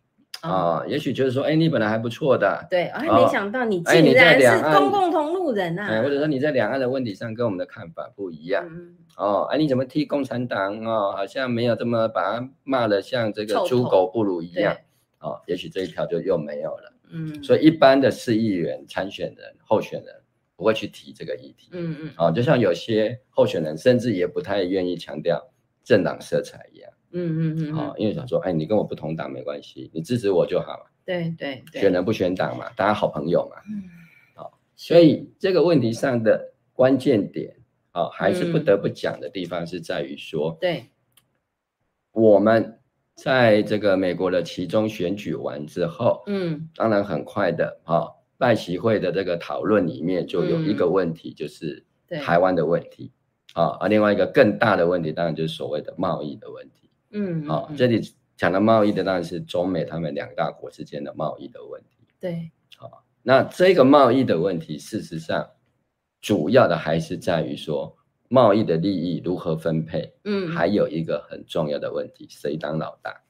哦，
啊、也许就是说，哎，你本来还不错的，
对，哎，
哦
没想到你
哎
竟
你在
然是
两岸
中共同路人
哎，
呐，
或者说你在两岸的问题上跟我们的看法不一样
嗯，
哦，哎，你怎么替共产党哦，好像没有这么把他骂的像这个
臭头
猪狗不如一样
对
哦，也许这一条就又没有了。
嗯，
所
以，
以一般的市议员参选人、候选人不会去提这个议题。
嗯嗯
啊，就像有些候选人甚至也不太愿意强调政党色彩一样
嗯嗯嗯
啊
嗯，，
因为想说，哎，你跟我不同党没关系，你支持我就好，
对对
选
对，
人不选党嘛，大家好朋友嘛。
嗯
所以这个问题上的关键点啊，还是不
嗯
得不讲的地方是在于说，
对，
我们在这个美国的其中选举完之后，
嗯
当然很快的哈、啊拜习会的这个讨论里面就有一个问题，就是
嗯对
台湾的问题啊，而另外一个更大的问题，当然就是所谓的贸易的问题
嗯，
啊。
嗯
这里讲的贸易的当然是中美他们两大国之间的贸易的问题。
对，
那这个贸易的问题，事实上主要的还是在于说贸易的利益如何分配，
嗯，
还有一个很重要的问题，谁当老大，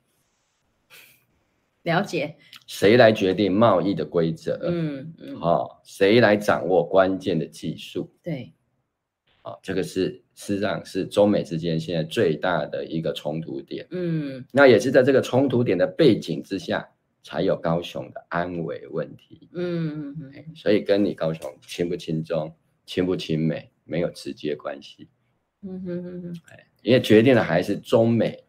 了解，
谁来决定贸易的规则？
嗯嗯，
哦，谁来掌握关键的技术
对，
啊、哦？这个是事实上是中美之间现在最大的一个冲突点。
嗯
那也是在这个冲突点的背景之下，才有高雄的安危问题。
嗯嗯嗯，
所以跟你高雄亲不亲中、亲不亲美没有直接关系，
嗯哼哼哼，
因为决定的还是中美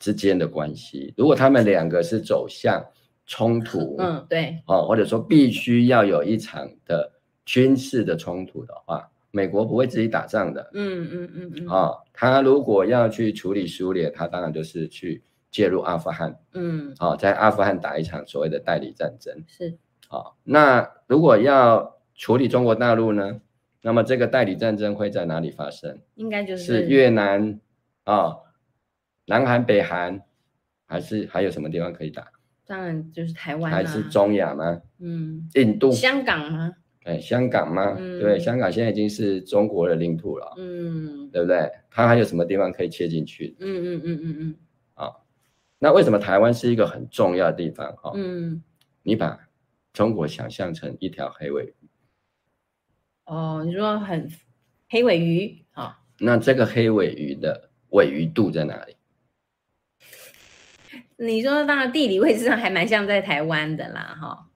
之间的关系。如果他们两个是走向冲突，
嗯，对，
哦，或者说必须要有一场的军事的冲突的话，美国不会自己打仗的
嗯嗯嗯嗯，
哦。他如果要去处理苏联，他当然就是去介入阿富汗，
嗯，
哦，在阿富汗打一场所谓的代理战争
是，
哦。那如果要处理中国大陆呢？那么这个代理战争会在哪里发生？
应该就是
是越南啊、哦南韩、北韩，还是还有什么地方可以打？
当然就是台湾、啊，
还是，中亚吗？
嗯，
印度？
香港吗？
哎，香港吗？
嗯
对，香港现在已经是中国的领土了，
嗯
对不对？它还有什么地方可以切进去
嗯嗯嗯嗯
啊、那为什么台湾是一个很重要的地方？哈、
嗯嗯，
你把中国想象成一条黑尾鱼，
哦，你说很黑尾鱼，好，
那这个黑尾鱼的尾鱼度在哪里？
你说当然地理位置上还蛮像在台湾的啦，哈，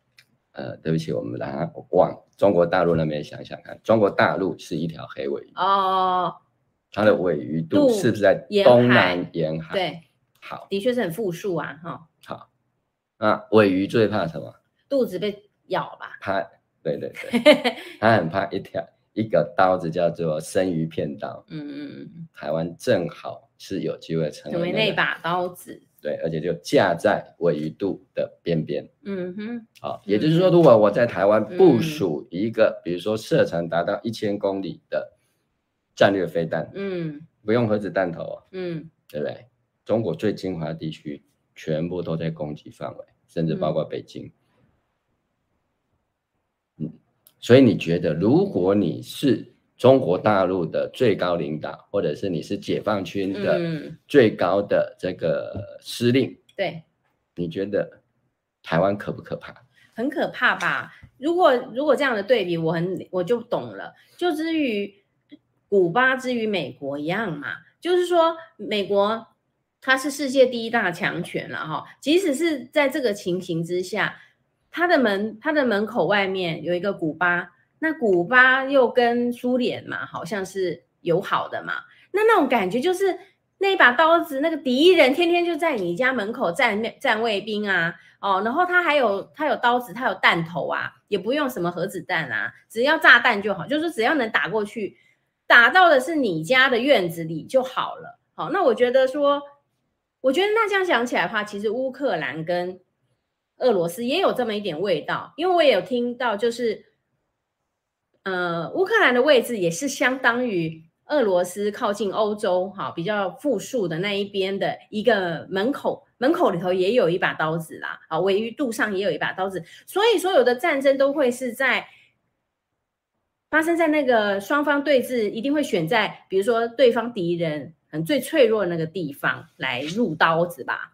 呃，对不起，我们把它往中国大陆那边想想看，中国大陆是一条黑尾鱼，
哦，
它的尾鱼
度
度是不是在
沿
东
海
南沿海？，
对，
好，
的确是很复数啊，哈，
好，那尾鱼最怕什么？
肚子被咬吧，
怕，对对对，它很怕一条一个刀子叫做生鱼片刀，
嗯，
台湾正好是有机会成
成为
为
那
呃个，
把刀子，
对，而且就架在尾鱼肚的边边。
嗯哼，
好，也就是说，如果我在台湾部
嗯
署一个，比如说射程达到一千公里的战略飞弹，
嗯
不用核子弹头、哦，
嗯
对不对？中国最精华地区全部都在攻击范围，甚至包括北京。嗯所以你觉得，如果你是中国大陆的最高领导，或者是你是解放军的
嗯，
最高的这个司令，
对，
你觉得台湾可不可怕？
很可怕吧？如果如果这样的对比，我很我就懂了，就之于古巴之于美国一样嘛，就是说美国它是世界第一大强权了哈，即使是在这个情形之下，它的门它的门口外面有一个古巴，那古巴又跟苏联嘛好像是友好的嘛，那那种感觉就是。那一把刀子，那个敌人天天就在你家门口站站卫兵啊，哦，然后它还有它有刀子，它有弹头啊，也不用什么核子弹啊，只要炸弹就好，就是只要能打过去，打到的是你家的院子里就好了。好，那我觉得说，我觉得那这样想起来的话，其实乌克兰跟俄罗斯也有这么一点味道，因为我也有听到，就是呃，乌克兰的位置也是相当于俄罗斯靠近欧洲，哈，比较富庶的那一边的一个门口，门口里头也有一把刀子啦，啊，尾鱼肚上也有一把刀子，所以所有的战争都会是在发生在那个双方对峙，一定会选在比如说对方敌人很最脆弱的那个地方来入刀子吧，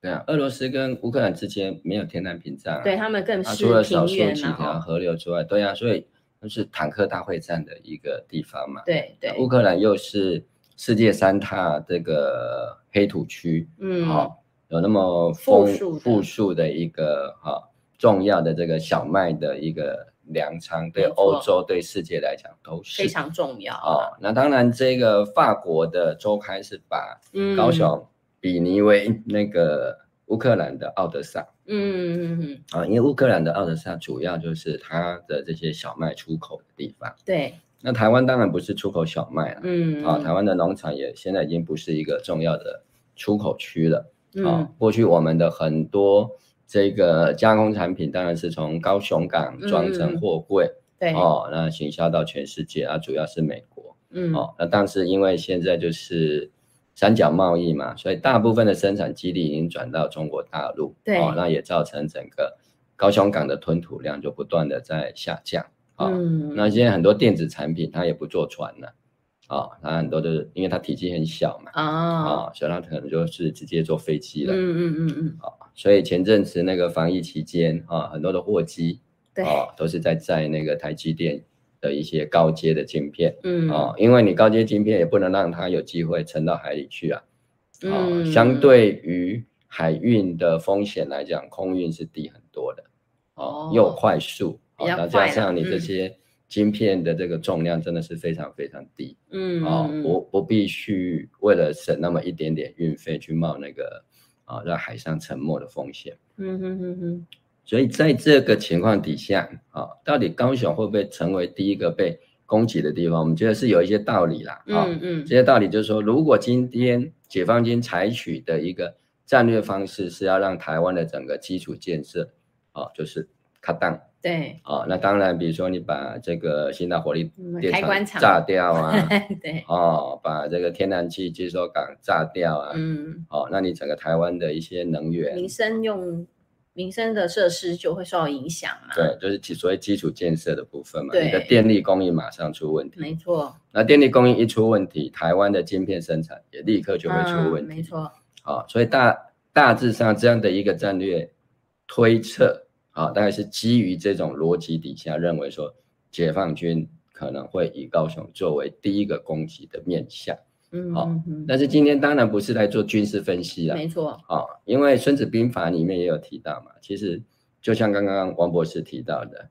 对啊，俄罗斯跟乌克兰之间没有天然屏障、啊，
对他们更
啊，
是
除了少
平
数
原
几
然
条
后
河流之外，对啊，所以就是坦克大会战的一个地方嘛。
对对，
乌克兰又是世界三大这个黑土区，
嗯，
好、有那么
富
丰
庶的
富庶的一个哈、重要的这个小麦的一个粮仓，对
没错
欧洲对世界来讲都是
非常重要啊，
哦。那当然，这个法国的周刊是把
嗯，
高雄比拟为那个乌克兰的奥德萨。
嗯，嗯嗯嗯，
啊，因为乌克兰的奥德萨主要就是它的这些小麦出口的地方。
对，
那台湾当然不是出口小麦了，
嗯，
啊，台湾的农场也现在已经不是一个重要的出口区了。啊
嗯，
过去我们的很多这个加工产品当然是从高雄港装
嗯
成货柜，
对，
哦，那行销到全世界啊，主要是美国。
嗯，
哦，那但是因为现在就是三角贸易嘛，所以大部分的生产基地已经转到中国大陆，
对
哦，那也造成整个高雄港的吞吐量就不断的在下降啊、哦
嗯，
那现在很多电子产品它也不坐船了，啊、哦，它很多都是因为它体积很小嘛，啊、
啊，
所以它可能就是啊直接坐飞机了。
嗯嗯嗯嗯，
所以前阵子那个防疫期间啊，很多的货机
对，
啊都是在载那个台积电的一些高阶的晶片。
嗯，
哦，因为你高阶晶片也不能让它有机会沉到海里去啊。哦，
嗯，
相对于海运的风险来讲，空运是低很多的。哦，又
哦
快速，
比
哦，
较
那
快
加
啦
上你这
嗯
些晶片的这个重量真的是非常非常低。
嗯，
哦，
嗯
不不必去为了省那么一点点运费去冒那个啊、让海上沉没的风险。
嗯哼哼哼，
所以在这个情况底下啊、到底高雄会不会成为第一个被攻击的地方？我们觉得是有一些道理啦。啊、
嗯嗯
这些道理就是说，如果今天解放军采取的一个战略方式是要让台湾的整个基础建设，啊，就是卡当
对，
啊，那当然，比如说你把这个新大火力
嗯
电
开关
厂
厂
炸掉啊，
嗯对，
哦，把这个天然气接收港炸掉啊，
嗯，
哦，那你整个台湾的一些能源，
民生用民生的设施就会受到影响嘛，，
对，就是基所谓基础建设的部分嘛，你的
对
电力供应马上出问题，
没错，
那电力供应一出问题，台湾的晶片生产也立刻就会出
嗯
问题，
没错，
啊，所以大大致上这样的一个战略推测啊，大概是基于这种逻辑底下认为说，解放军可能会以高雄作为第一个攻击的面向。
嗯，
好
嗯，嗯
啊但是今天当然不是来做军事分析了，
没错，
啊、因为《孙子兵法》里面也有提到嘛，其实就像刚刚王博士提到的，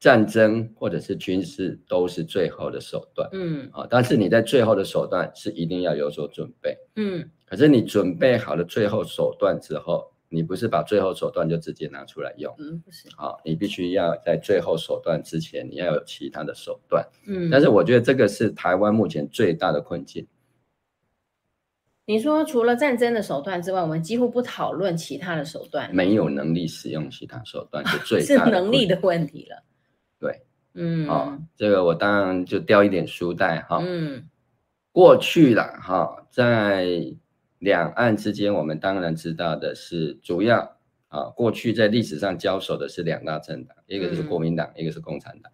战争或者是军事都是最后的手段
嗯
啊、但是你在最后的手段是一定要有所准备。
嗯，
可是你准备好了最后手段之后，你不是把最后手段就直接拿出来用
嗯，不是，
啊、你必须要在最后手段之前，你要有其他的手段。
嗯，
但是我觉得这个是台湾目前最大的困境。
你说除了战争的手段之外，我们几乎不讨论其他的手段，
没有能力使用其他手段是最
啊是
大的
能力
困
的问题了。
对，
嗯，
啊、这个我当然就掉一点书袋哈。
嗯
过去了哈，在两岸之间，我们当然知道的是，主要啊，过去在历史上交手的是两大政党，一个是
嗯
国民党，一个是共产党。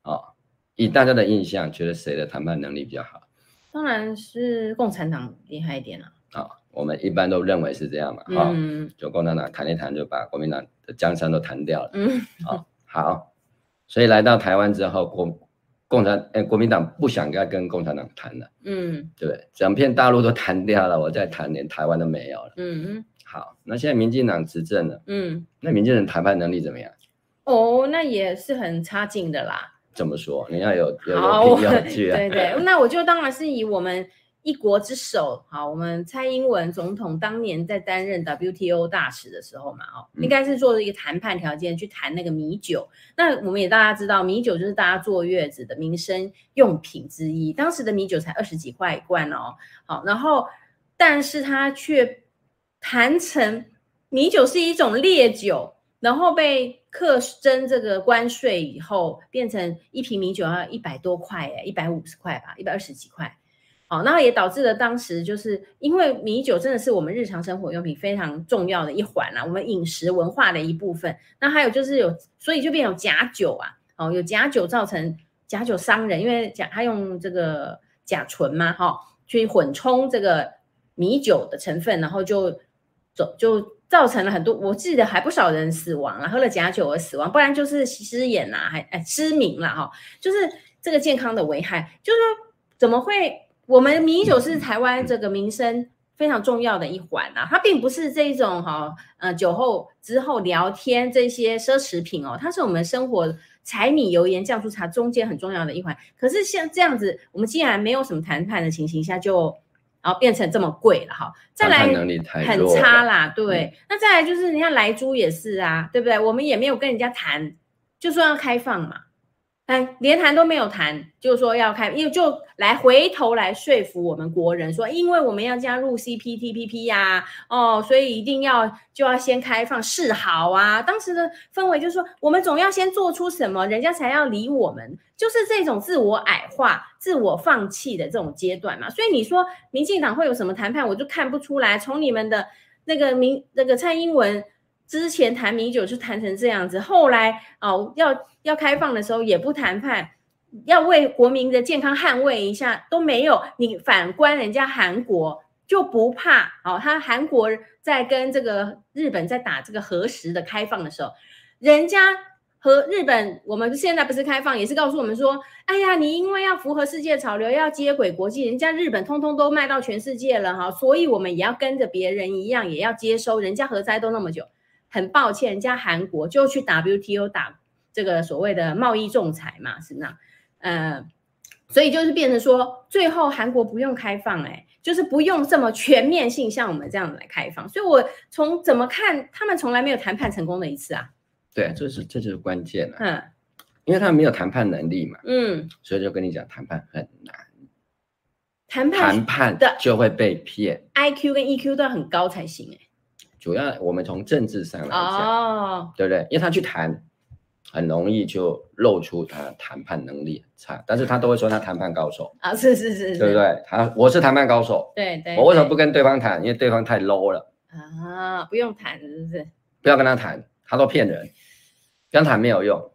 啊，以大家的印象，觉得谁的谈判能力比较好
当然是共产党厉害一点了、
啊？我们一般都认为是这样嘛，哈、
嗯
就共产党谈一谈，就把国民党的江山都谈掉了。
嗯
好，所以来到台湾之后，国共产呃国民党不想再跟共产党谈了，
嗯
对不对？整片大陆都谈掉了，我再谈连台湾都没有了。
嗯
好，那现在民进党执政了，
嗯，
那民进党谈判能力怎么样？
哦，那也是很差劲的啦。
怎么说？你要有有
好，
有
我
凭有据啊。
对对，那我就当然是以我们一国之首，好，我们蔡英文总统当年在担任 WTO 大使的时候嘛，哦，
嗯
应该是做了一个谈判条件去谈那个米酒。那我们也大家知道，米酒就是大家坐月子的民生用品之一，当时的米酒才二十几块一罐哦，好，然后但是他却谈成米酒是一种烈酒。然后被课征这个关税以后，变成一瓶米酒要一百多块，哎，一百五十块吧，一百二十几块。好，然后也导致了当时就是因为米酒真的是我们日常生活用品非常重要的一环啊啦、我们饮食文化的一部分。那还有就是有，所以就变有假酒啊，哦，有假酒造成假酒伤人，因为假他用这个甲醇嘛，哈、去混充这个米酒的成分，然后就走就造成了很多，我记得还不少人死亡啊，喝了假酒而死亡，不然就是失眼啦、还哎失明啦、哈、就是这个健康的危害，就是说怎么会我们米酒是台湾这个民生。非常重要的一环啊，它并不是这种哈、呃酒后之后聊天这些奢侈品哦，它是我们生活柴米油盐酱醋茶中间很重要的一环。可是像这样子，我们既然没有什么谈判的情形下就，然后变成这么贵了哈，再
谈
来
判能力太
很
弱
差
了。
啦，对。那再来就是，你看莱猪也是啊，对不对？我们也没有跟人家谈，就说要开放嘛，哎，连谈都没有谈，就说要开，因为就来回头来说服我们国人说，因为我们要加入 CPTPP 呀、哦，所以一定要就要先开放示好啊。当时的氛围就是说，我们总要先做出什么，人家才要理我们，就是这种自我矮化、自我放弃的这种阶段嘛。所以你说民进党会有什么谈判，我就看不出来。从你们的那个民那个蔡英文之前谈米酒就谈成这样子，后来哦要要开放的时候也不谈判，要为国民的健康捍卫一下都没有。你反观人家韩国就不怕哦，他韩国在跟这个日本在打这个核实的开放的时候，人家。和日本，我们现在不是开放，也是告诉我们说，哎呀，你因为要符合世界潮流，要接轨国际，人家日本通通都卖到全世界了哈，所以我们也要跟着别人一样，也要接收人家核灾都那么久。很抱歉，人家韩国就去 WTO 打这个所谓的贸易仲裁嘛，是那，呃，所以就是变成说，最后韩国不用开放、欸，就是不用这么全面性像我们这样来开放。所以我从怎么看，他们从来没有谈判成功的一次啊。
对，这是这就是关键了、
嗯
因为他没有谈判能力嘛，
嗯，
所以就跟你讲谈判很难，
谈判
谈判
的
就会被骗。
IQ 跟 EQ 都要很高才行、欸，
主要我们从政治上来讲，
哦，
对不对？因为他去谈，很容易就露出他谈判能力很差，但是他都会说他谈判高手，
啊，是是是是，
对不？对？他我是谈判高手，
对对，
我为什么不
对
跟对方谈？因为对方太 low 了，
啊？不用谈，是不是？
不要跟他谈，他都骗人，跟他谈没有用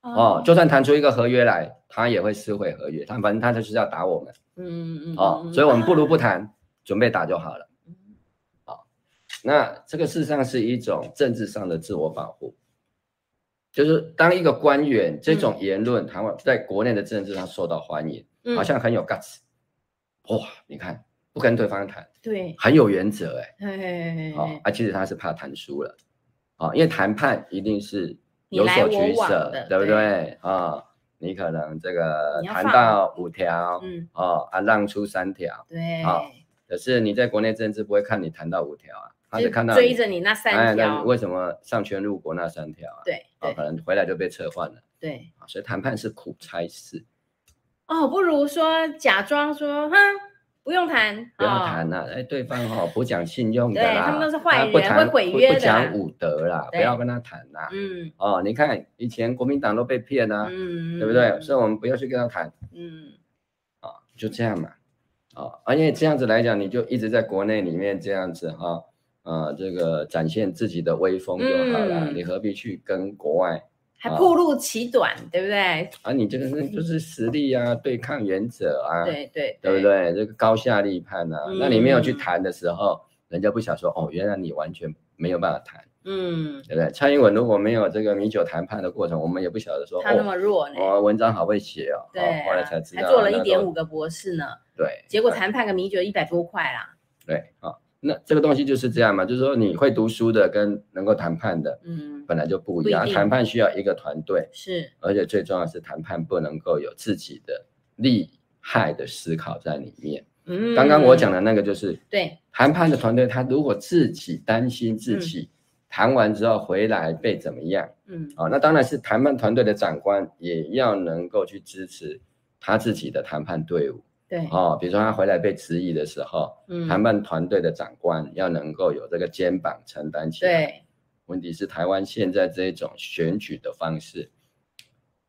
哦。就算谈出一个合约来，他也会撕毁合约，他反正他就是要打我们
嗯嗯嗯
哦，所以我们不如不谈，准备打就好了。哦那这个事实上是一种政治上的自我保护，就是当一个官员这种言论，台湾在国内的政治上受到欢迎，
嗯
好像很有 guts。哇，你看不跟对方谈，
对，
很有原则哎、
嘿嘿嘿
好、
嘿
啊，其实他是怕谈输了，啊、因为谈判一定是
你
有
来
所
我
取
往
舍
的，
对不
对
对啊、你可能这个
你要
谈
放
到五条，
嗯，
哦啊，让出三条，
对，
好可是你在国内政治不会看你谈到五条啊，他
就
只看到
追
你
着你那
哎
三
那
条
你，为什么上权入国那三条啊？
对
啊，
对
可能回来就被撤换了
对，
啊，所以谈判是苦差事，
哦，不如说假装说，哼，不用谈，
不要
哦
谈啦，哎，对方哦不讲信用的
对
啦，
他们都是坏
啊不
人
谈
会毁
不
约的
不
啦
讲武德啦，不
对
要跟他谈啦。
嗯
哦，你看以前国民党都被骗啊，
嗯，
对不对？
嗯
所以我们不要去跟他谈
嗯，
啊、就这样嘛。啊、而且这样子来讲，你就一直在国内里面这样子哈，啊、这个展现自己的威风就好了，
嗯
你何必去跟国外？
还
啊
暴露其短，对不对？
啊，你这个是就是实力啊，对抗原者啊，
嗯对嗯对
对不？对？这个高下立判啊，那你没有去谈的时候，人家不想说哦，原来你完全没有办法谈，
嗯，
对不对？蔡英文如果没有这个米酒谈判的过程，我们也不晓得说
他那
哦，
么弱呢，
我文章好会写哦，
对
哦
啊，
后来才知道
还做了
那
一
都
点五个博士呢，
对，
结果
对
谈判个米酒一百多块啦，
对啊、那这个东西就是这样嘛，就是说你会读书的跟能够谈判的
嗯，
本来就不一
不一
样，
定
谈判需要一个团队，
是，
而且最重要的是谈判不能够有自己的利害的思考在里面。
嗯，
刚刚我讲的那个就是
对，
谈判的团队，他如果自己担心自己。谈完之后回来被怎么样
嗯
啊、那当然是谈判团队的长官也要能够去支持他自己的谈判队伍
对，
哦。比如说他回来被质疑的时候，
嗯，
谈判团队的长官要能够有这个肩膀承担起来。，
对，
问题是台湾现在这种选举的方式，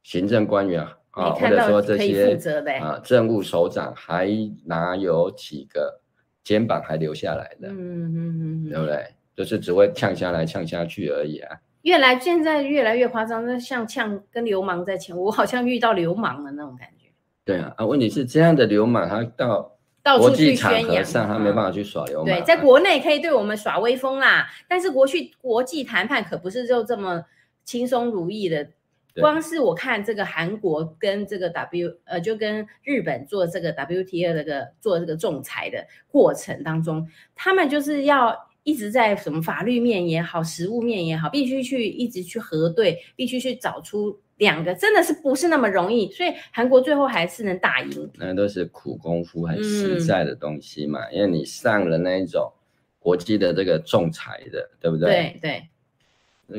行政官员啊，啊
没
或
看
者
到
说这
可以负
些
责的欸，
啊政务首长，还哪有几个肩膀还留下来的，
嗯嗯嗯
对不
嗯，
对？就是只会呛下来呛下去而已啊。
越来现在越来越夸张，那像呛跟流氓在前，我好像遇到流氓的那种感觉，
对啊，啊，问题是这样的流氓，他到
到
国
处
际
去
场
宣
合
扬，
上，他没办法去耍流氓啊。
对，在国内可以对我们耍威风啦，但是国去国际谈判可不是就这么轻松如意的。
对
光是我看这个韩国跟这个 W 呃，就跟日本做这个 WTA 这个做这个仲裁的过程当中，他们就是要一直在什么法律面也好，实务面也好，必须去一直去核对，必须去找出两个真的是不是那么容易，所以韩国最后还是能打赢。
那都是苦功夫、很
嗯
实在的东西嘛。因为你上了那一种国际的这个仲裁的，对不
对
对？
对，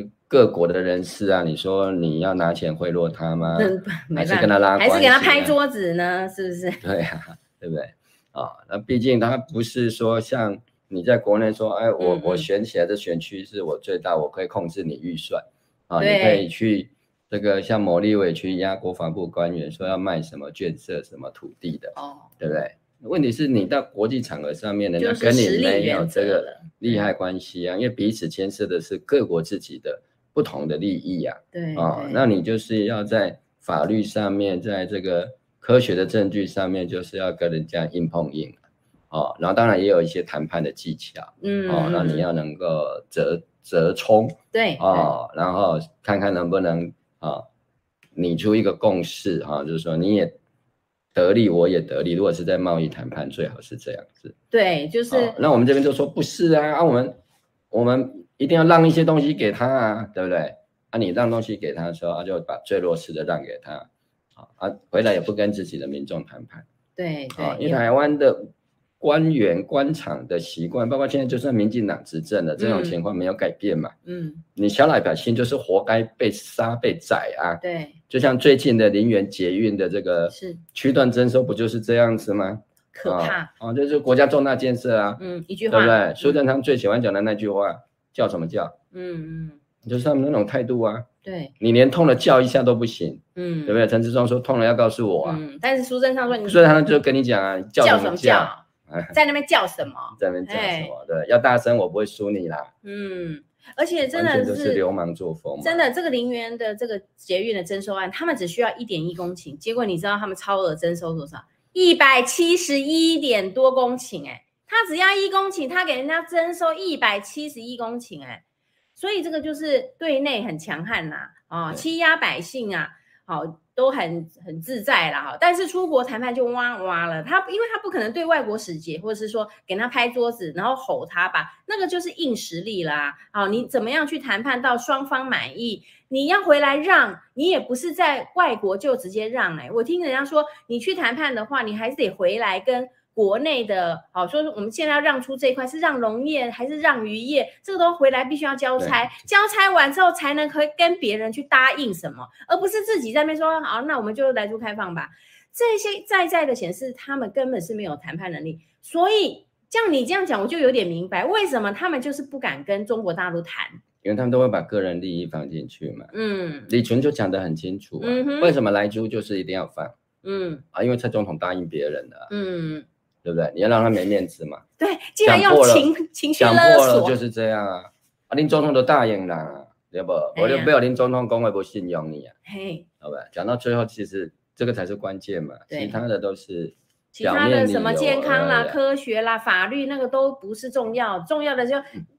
对，各国的人士啊，你说你要拿钱贿赂他吗？
嗯，没
还是
办
跟
法，
他拉
还是给他拍
关系
桌子呢，是不是？
啊？对啊，对不对？啊、那毕竟他不是说像你在国内说，哎，我
嗯嗯
我选起来的选区是我最大，我可以控制你预算啊，
对
你可以去。这个像某立委去压国防部官员说要卖什么眷舍、什么土地的，
哦，
对不对？问题是你到国际场合上面，人家
就是
跟
实
你
力
没有
原则
这个
了。
利害关系啊，因为彼此牵涉的是各国自己的不同的利益啊。
对
啊、
嗯对
那你就是要在法律上面，在这个科学的证据上面，就是要跟人家硬碰硬啊。哦，然后当然也有一些谈判的技巧
嗯
哦，那你
嗯
要能够折折冲
对
哦，然后看看能不能啊、拟出一个共识哈、就是说你也得利，我也得利。如果是在贸易谈判，最好是这样子。
对，就
哦
是，
那我们这边就说不是啊，啊我们我们一定要让一些东西给他啊，对不对？啊，你让东西给他的时候，他、啊就把最弱势的让给他，好啊，回来也不跟自己的民众谈判
对
啊，
对，
因为
也
台湾的官员官场的习惯，包括现在就算民进党执政了，这种
嗯
情况没有改变嘛，
嗯，
你小老百姓就是活该被杀被宰啊，
对，
就像最近的林园捷运的这个
是
区段征收，不就是这样子吗？
可
啊
怕。，
啊，这就是国家重大建设啊，
嗯，一句话，
对不对？苏
嗯
贞昌最喜欢讲的那句话叫什么叫？
嗯嗯，
就是他们那种态度啊，
对，
你连痛了叫一下都不行，
嗯，
对不对？陈志忠说痛了要告诉我啊，
嗯，但是苏贞昌说你
所以他就跟你讲啊，叫
叫
什
什
么
么
叫，
叫哎
哎，
在那边叫什么？
在那边叫什么？对，要大声我不会输你啦，
嗯，而且真
完全
的
就是流氓作风嘛，
真的，这个林园的这个捷运的征收案，他们只需要一点一公顷，结果你知道他们超额征收多少？一百七十一点多公顷、哎，他只要一公顷，他给人家征收一百七十一公顷、哎，所以这个就是对内很强悍呐、哦，
对
欺压百姓啊，好、都很很自在啦哈。但是出国谈判就哇哇了，他因为他不可能对外国使节，或者是说给他拍桌子，然后吼他吧，那个就是硬实力啦。好、你怎么样去谈判到双方满意？你要回来让，你也不是在外国就直接让哎、我听人家说，你去谈判的话，你还是得回来跟国内的，好、说是我们现在要让出这一块，是让农业还是让渔业，这个都回来必须要交差，交差完之后才能可以跟别人去答应什么，而不是自己在那边说好，那我们就来做开放吧。这些在在的显示，他们根本是没有谈判能力，所以。像你这样讲，我就有点明白为什么他们就是不敢跟中国大陆谈。
因为他们都会把个人利益放进去嘛。
嗯
李纯就讲得很清楚、啊，
嗯哼
为什么莱猪就是一定要放
嗯
啊？因为蔡总统答应别人的、啊，
嗯，
对不对？你要让他没面子嘛，
对，既然
讲
要
破了
情情绪
讲破
勒
了
索，
就是这样啊。啊，林总统都答应啦、对不？我就
哎呀
不要林总统讲话不信用你啊，
嘿，
对不对？讲到最后，其实这个才是关键嘛，
对
其他的都是
其
表
他
面
的
理
什么
由
健康啦、
而已啊
科学啦、法律那个都不是重要，重要的就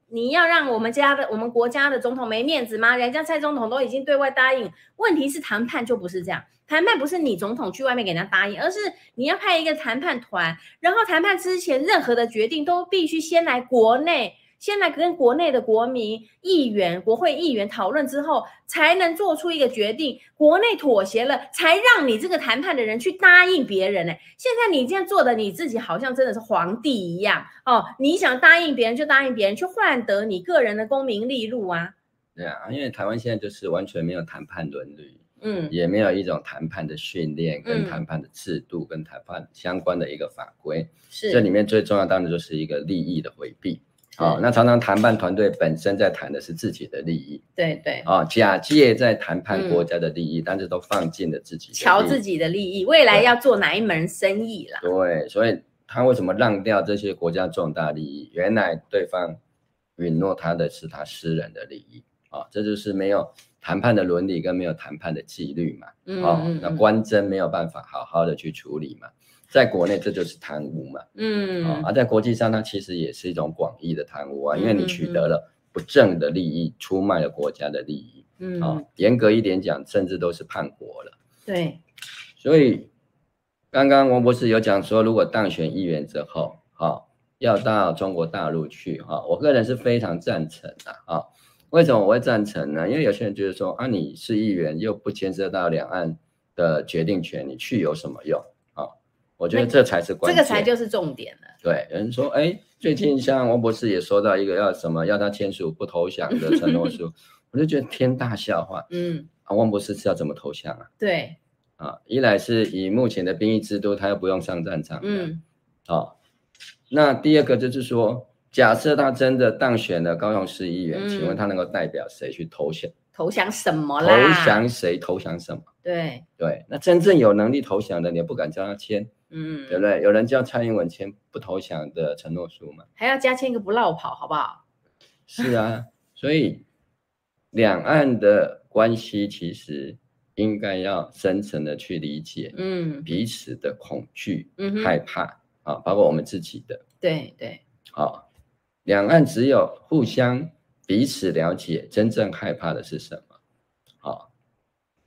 你要让我们家的、我们国家的总统没面子吗？人家蔡总统都已经对外答应，问题是谈判就不是这样，谈判不是你总统去外面给人家答应，而是你要派一个谈判团，然后谈判之前任何的决定都必须先来国内。先来跟国内的国民、议员、国会议员讨论之后，才能做出一个决定。国内妥协了，才让你这个谈判的人去答应别人呢、现在你这样做的，你自己好像真的是皇帝一样哦。你想答应别人就答应别人，去换得你个人的功名利禄啊。
对啊，因为台湾现在就是完全没有谈判伦理，
嗯
也没有一种谈判的训练、
嗯
跟谈判的制度、跟谈判相关的一个法规。
是
这里面最重要当然就是一个利益的回避。啊、
是
那常常谈判团队本身在谈的是自己的利益
对对，
啊、假借在谈判
嗯
国家的利益，但是都放进了自己的
瞧
利益
自己的利益，未来要做哪一门生意啦？
对，所以他为什么让掉这些国家重大利益？原来对方允诺他的是他私人的利益啊、这就是没有谈判的伦理跟没有谈判的纪律嘛。
嗯
哦，
嗯
那
嗯
官箴没有办法好好的去处理嘛，在国内这就是贪污嘛。啊，
嗯
而在国际上，它其实也是一种广义的贪污啊，因为
嗯
你
嗯
取
嗯
得了不正的利益，出卖了国家的利益啊
嗯，。
严格一点讲，甚至都是叛国了。
对，
所以，刚刚王博士有讲说，如果当选议员之后，哈、要到中国大陆去哈、我个人是非常赞成的啊、为什么我会赞成呢？因为有些人觉得说，啊，你是议员又不牵涉到两岸的决定权，你去有什么用啊、我觉得
那
这才是关
这个
键。
才就是重点了。
对，有人说，哎，最近像王博士也说到一个要什么要他签署不投降的承 诺书，我就觉得天大笑话
嗯，
啊！王博士是要怎么投降啊？
对，
啊，一来是以目前的兵役制度，他又不用上战场，嗯，
嗯
啊，那第二个就是说，假设他真的当选了高雄市议员，请问
嗯
他能够代表谁去投降？
投降什么
投
啦？
降谁？投降什么？
对，
对，那真正有能力投降的，你也不敢叫他签，
嗯，
对不对？有人叫蔡英文签不投降的承诺书嘛？
还要加签一个不落跑，好不好？
是啊，所以两岸的关系其实应该要深层的去理解
嗯
彼此的恐惧、
嗯哼，
害怕啊，包括我们自己的
对对，
啊。两岸只有互相彼此了解，真正害怕的是什么啊？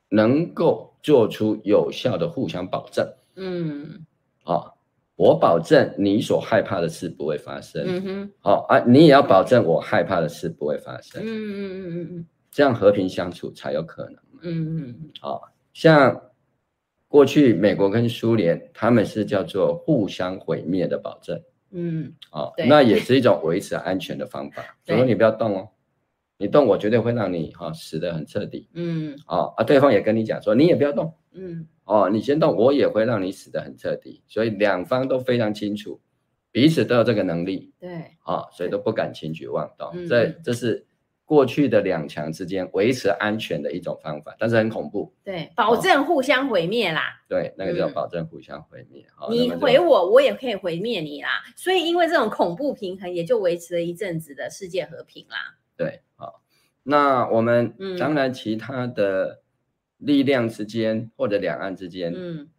能够做出有效的互相保证
嗯
啊。我保证你所害怕的事不会发生，
嗯哼，
好、啊，你也要保证我害怕的事不会发生
嗯。嗯嗯嗯
这样和平相处才有可能。
嗯嗯
像过去美国跟苏联，他们是叫做互相毁灭的保证
嗯
啊、哦
对
那也是一种维持安全的方法。
对
所以你不要动哦，你动我绝对会让你哈、哦死得很彻底
嗯
啊、哦啊！对方也跟你讲说，你也不要动
嗯
哦，你先动我也会让你死得很彻底。所以两方都非常清楚，彼此都有这个能力
对，
啊、哦所以都不敢轻举妄动。
嗯
这
嗯
这是。过去的两强之间维持安全的一种方法，但是很恐怖。
对，保
哦
证互相毁灭啦，
对，那个叫
嗯
保证互相毁灭。好那
你
么就
毁我，我也可以毁灭你啦。所以因为这种恐怖平衡，也就维持了一阵子的世界和平啦。
对，好。那我们
嗯
当然其他的力量之间、或者两岸之间，
嗯，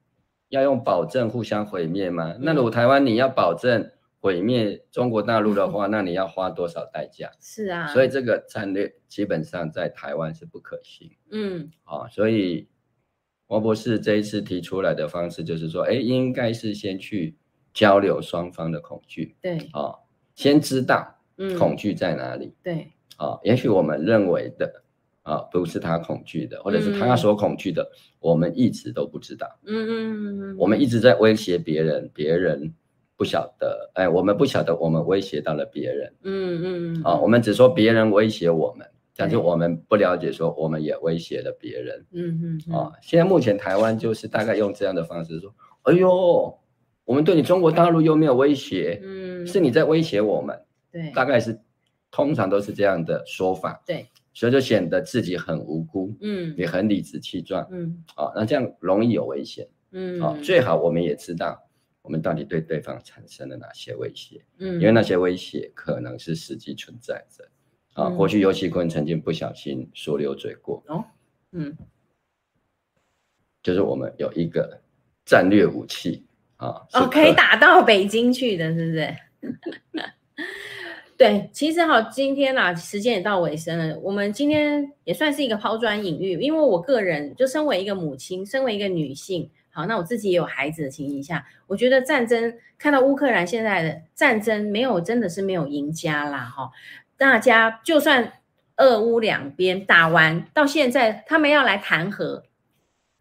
要用保证互相毁灭吗？那如果台湾你要保证毁灭中国大陆 的话，那你要花多少代价？
是啊，
所以这个战略基本上在台湾是不可行
嗯
啊。所以王博士这一次提出来的方式就是说，哎，应该是先去交流双方的恐惧
对，
啊，先知道
嗯
恐惧在哪里
对
啊。也许我们认为的啊，不是他恐惧的，或者是他
嗯
所恐惧的，我们一直都不知道。
嗯嗯嗯嗯
我们一直在威胁别人，别人不晓得，哎，我们不晓得我们威胁到了别人
嗯嗯
啊，我们只说别人威胁我们，但是
对
我们不了解说我们也威胁了别人
嗯嗯
啊。现在目前台湾就是大概用这样的方式说，哎呦，我们对你中国大陆又没有威胁，
嗯
是你在威胁我们，
对
大概是通常都是这样的说法，
对，
所以就显得自己很无辜，
嗯
也很理直气壮
嗯
啊，那这样容易有危险。
嗯
啊，最好我们也知道我们到底对对方产生了哪些威胁，
嗯
因为那些威胁可能是实际存在着。啊，
嗯
过去尤其坤曾经不小心说溜嘴过，
嗯
就是我们有一个战略武器啊，是
哦，可以，打到北京去的，是不是？ 对，其实哈，今天啦，时间也到尾声了。我们今天也算是一个抛砖引玉，因为我个人就身为一个母亲，身为一个女性，好，那我自己也有孩子的情形下，我觉得战争看到乌克兰现在的战争，没有真的是没有赢家啦，哈、大家就算俄乌两边打完到现在，他们要来谈和，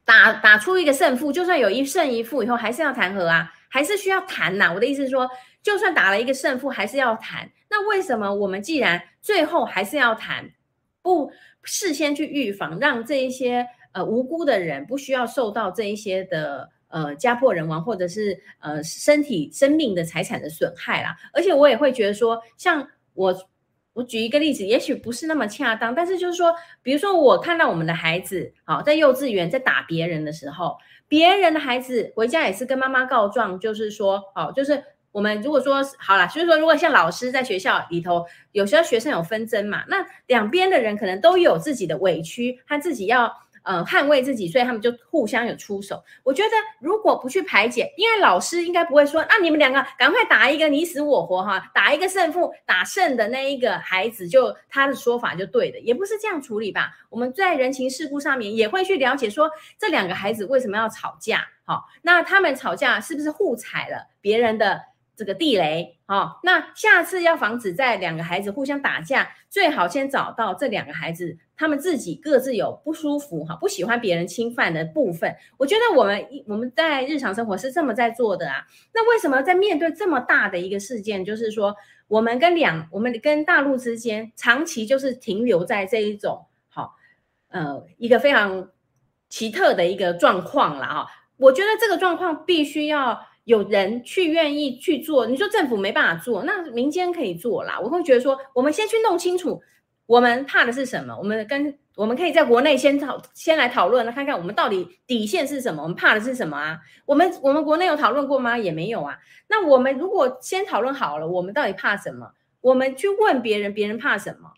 打打出一个胜负，就算有一胜一负以后，还是要谈和啊，还是需要谈呐、我的意思是说，就算打了一个胜负，还是要谈。那为什么我们既然最后还是要谈，不事先去预防，让这一些呃无辜的人不需要受到这一些的呃家破人亡，或者是呃身体生命的财产的损害啦。而且我也会觉得说，像我我举一个例子，也许不是那么恰当，但是就是说，比如说我看到我们的孩子，好在幼稚园在打别人的时候，别人的孩子回家也是跟妈妈告状，就是说，哦，就是我们如果说好了，就是说，如果像老师在学校里头，有时候学生有纷争嘛，那两边的人可能都有自己的委屈和自己要呃捍卫自己，所以他们就互相有出手。我觉得如果不去排解，因为老师应该不会说，啊那、你们两个赶快打一个你死我活哈，打一个胜负，打胜的那一个孩子就他的说法就对的，也不是这样处理吧。我们在人情世故上面也会去了解说这两个孩子为什么要吵架，好、那他们吵架是不是互踩了别人的这个地雷？好、那下次要防止在两个孩子互相打架，最好先找到这两个孩子他们自己各自有不舒服哈，不喜欢别人侵犯的部分。我觉得我们我们在日常生活是这么在做的啊。那为什么在面对这么大的一个事件，就是说我们跟两我们跟大陆之间长期就是停留在这一种好呃一个非常奇特的一个状况了哈。我觉得这个状况必须要有人去愿意去做。你说政府没办法做，那民间可以做啦。我会觉得说，我们先去弄清楚我们怕的是什么，我们跟我们可以在国内先讨先来讨论，看看我们到底底线是什么，我们怕的是什么啊？我们我们国内有讨论过吗？也没有啊。那我们如果先讨论好了，我们到底怕什么？我们去问别人，别人怕什么？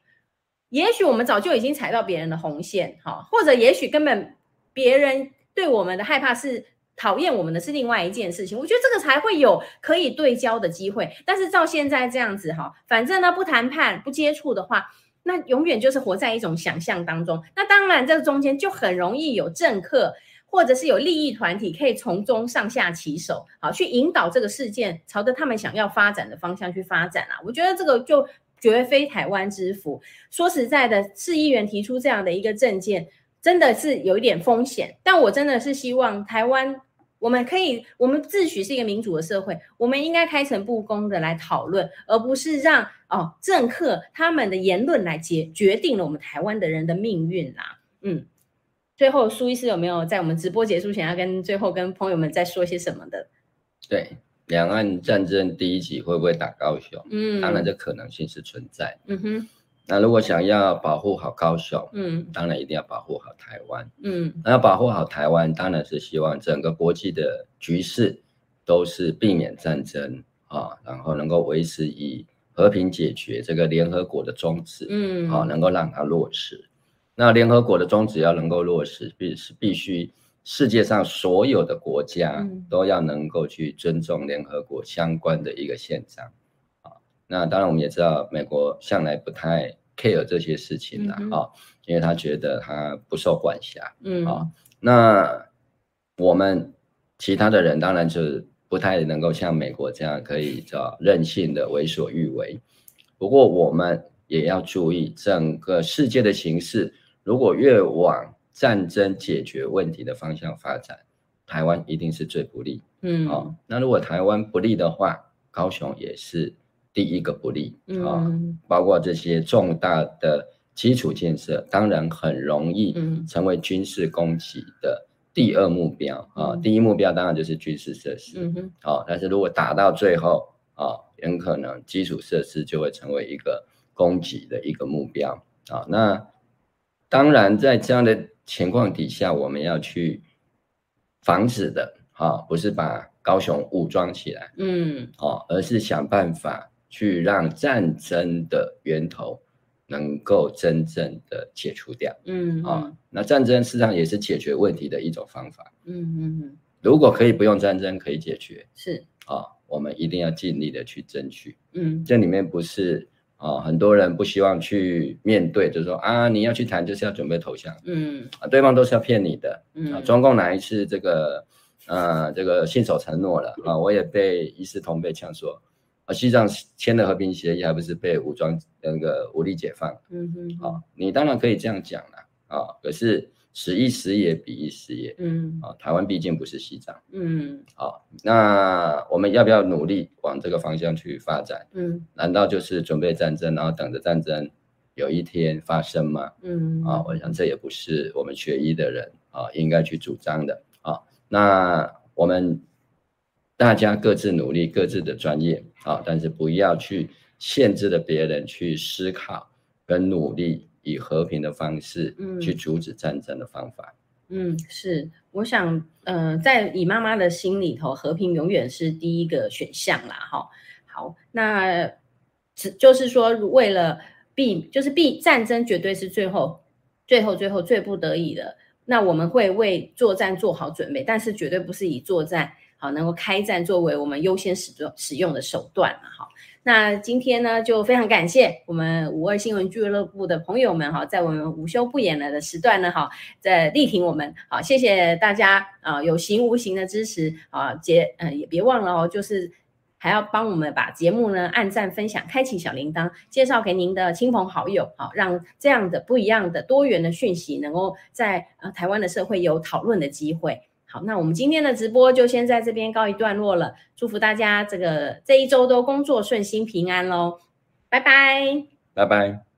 也许我们早就已经踩到别人的红线，哈，或者也许根本别人对我们的害怕是讨厌我们的是另外一件事情。我觉得这个才会有可以对焦的机会。但是照现在这样子，哈，反正呢不谈判、不接触的话，那永远就是活在一种想象当中。那当然，这中间就很容易有政客或者是有利益团体可以从中上下其手，好去引导这个事件朝着他们想要发展的方向去发展啊。我觉得这个就绝非台湾之福。说实在的，市议员提出这样的一个政见，真的是有一点风险。但我真的是希望台湾。我们可以，我们自诩是一个民主的社会，我们应该开诚布公的来讨论，而不是让哦政客他们的言论来决决定了我们台湾的人的命运啦。嗯，最后苏医师有没有在我们直播结束前要跟最后跟朋友们再说些什么的？
对，两岸战争第一集会不会打高雄？
嗯，
当然，这可能性是存在。
嗯哼，
那如果想要保护好高雄，
嗯
当然一定要保护好台湾。
嗯
那要保护好台湾，当然是希望整个国际的局势都是避免战争啊，然后能够维持以和平解决这个联合国的宗旨
嗯，
啊，能够让它落实。那联合国的宗旨要能够落实，必是必须世界上所有的国家
嗯
都要能够去尊重联合国相关的一个宪章啊。那当然，我们也知道，美国向来不太 care 这些事情啦，
嗯哼
啊，因为他觉得他不受管辖。
嗯
好那我们其他的人当然就是不太能够像美国这样可以叫任性的为所欲为。不过我们也要注意，整个世界的形势如果越往战争解决问题的方向发展，台湾一定是最不利。
嗯
哦，那如果台湾不利的话，高雄也是第一个不利啊、哦，
嗯
包括这些重大的基础建设，当然很容易
嗯
成为军事攻击的第二目标啊、
嗯
第一目标当然就是军事设施
嗯哼
啊、但是如果打到最后啊、很可能基础设施就会成为一个攻击的一个目标啊、那当然，在这样的情况底下，我们要去防止的啊、不是把高雄武装起来
嗯
啊、而是想办法去让战争的源头能够真正的解除掉。
嗯
啊、那战争事实上也是解决问题的一种方法。
嗯嗯嗯
如果可以不用战争可以解决
是
啊、我们一定要尽力的去争取。
嗯
这里面不是啊、很多人不希望去面对，就是说啊，你要去谈就是要准备投降
嗯
啊，对方都是要骗你的啊。
嗯
中共哪一次这个呃这个信守承诺了啊？我也被一视同辈呛说。啊，西藏签了和平协议，还不是被武装那个武力解放？
嗯哼
啊、你当然可以这样讲啦，啊、可是时一时也，彼一时也，
嗯
啊、台湾毕竟不是西藏，
嗯
啊、那我们要不要努力往这个方向去发展？
嗯
难道就是准备战争，然后等着战争有一天发生吗？
嗯
啊、我想这也不是我们学医的人啊、应该去主张的啊、那我们大家各自努力各自的专业啊、但是不要去限制了别人去思考跟努力，以和平的方式
嗯
去阻止战争的方法。
嗯，是，我想，呃，在你妈妈的心里头，和平永远是第一个选项啦，哈。好，那只就是说，为了避，就是避战争，绝对是最后、最后、最后最不得已的。那我们会为作战做好准备，但是绝对不是以作战好能够开战作为我们优先使用使用的手段嘛，哈。那今天呢，就非常感谢我们五二新闻俱乐部的朋友们哈，在我们午休不演了的时段呢，哈，在力挺我们。好，谢谢大家啊、呃有形无形的支持啊，节呃也别忘了哦，就是还要帮我们把节目呢按赞、分享、开启小铃铛，介绍给您的亲朋好友，好、让这样的不一样的多元的讯息能够在呃台湾的社会有讨论的机会。好，那我们今天的直播就先在这边告一段落了，祝福大家这个这一周都工作顺心平安喽，拜拜。
拜拜。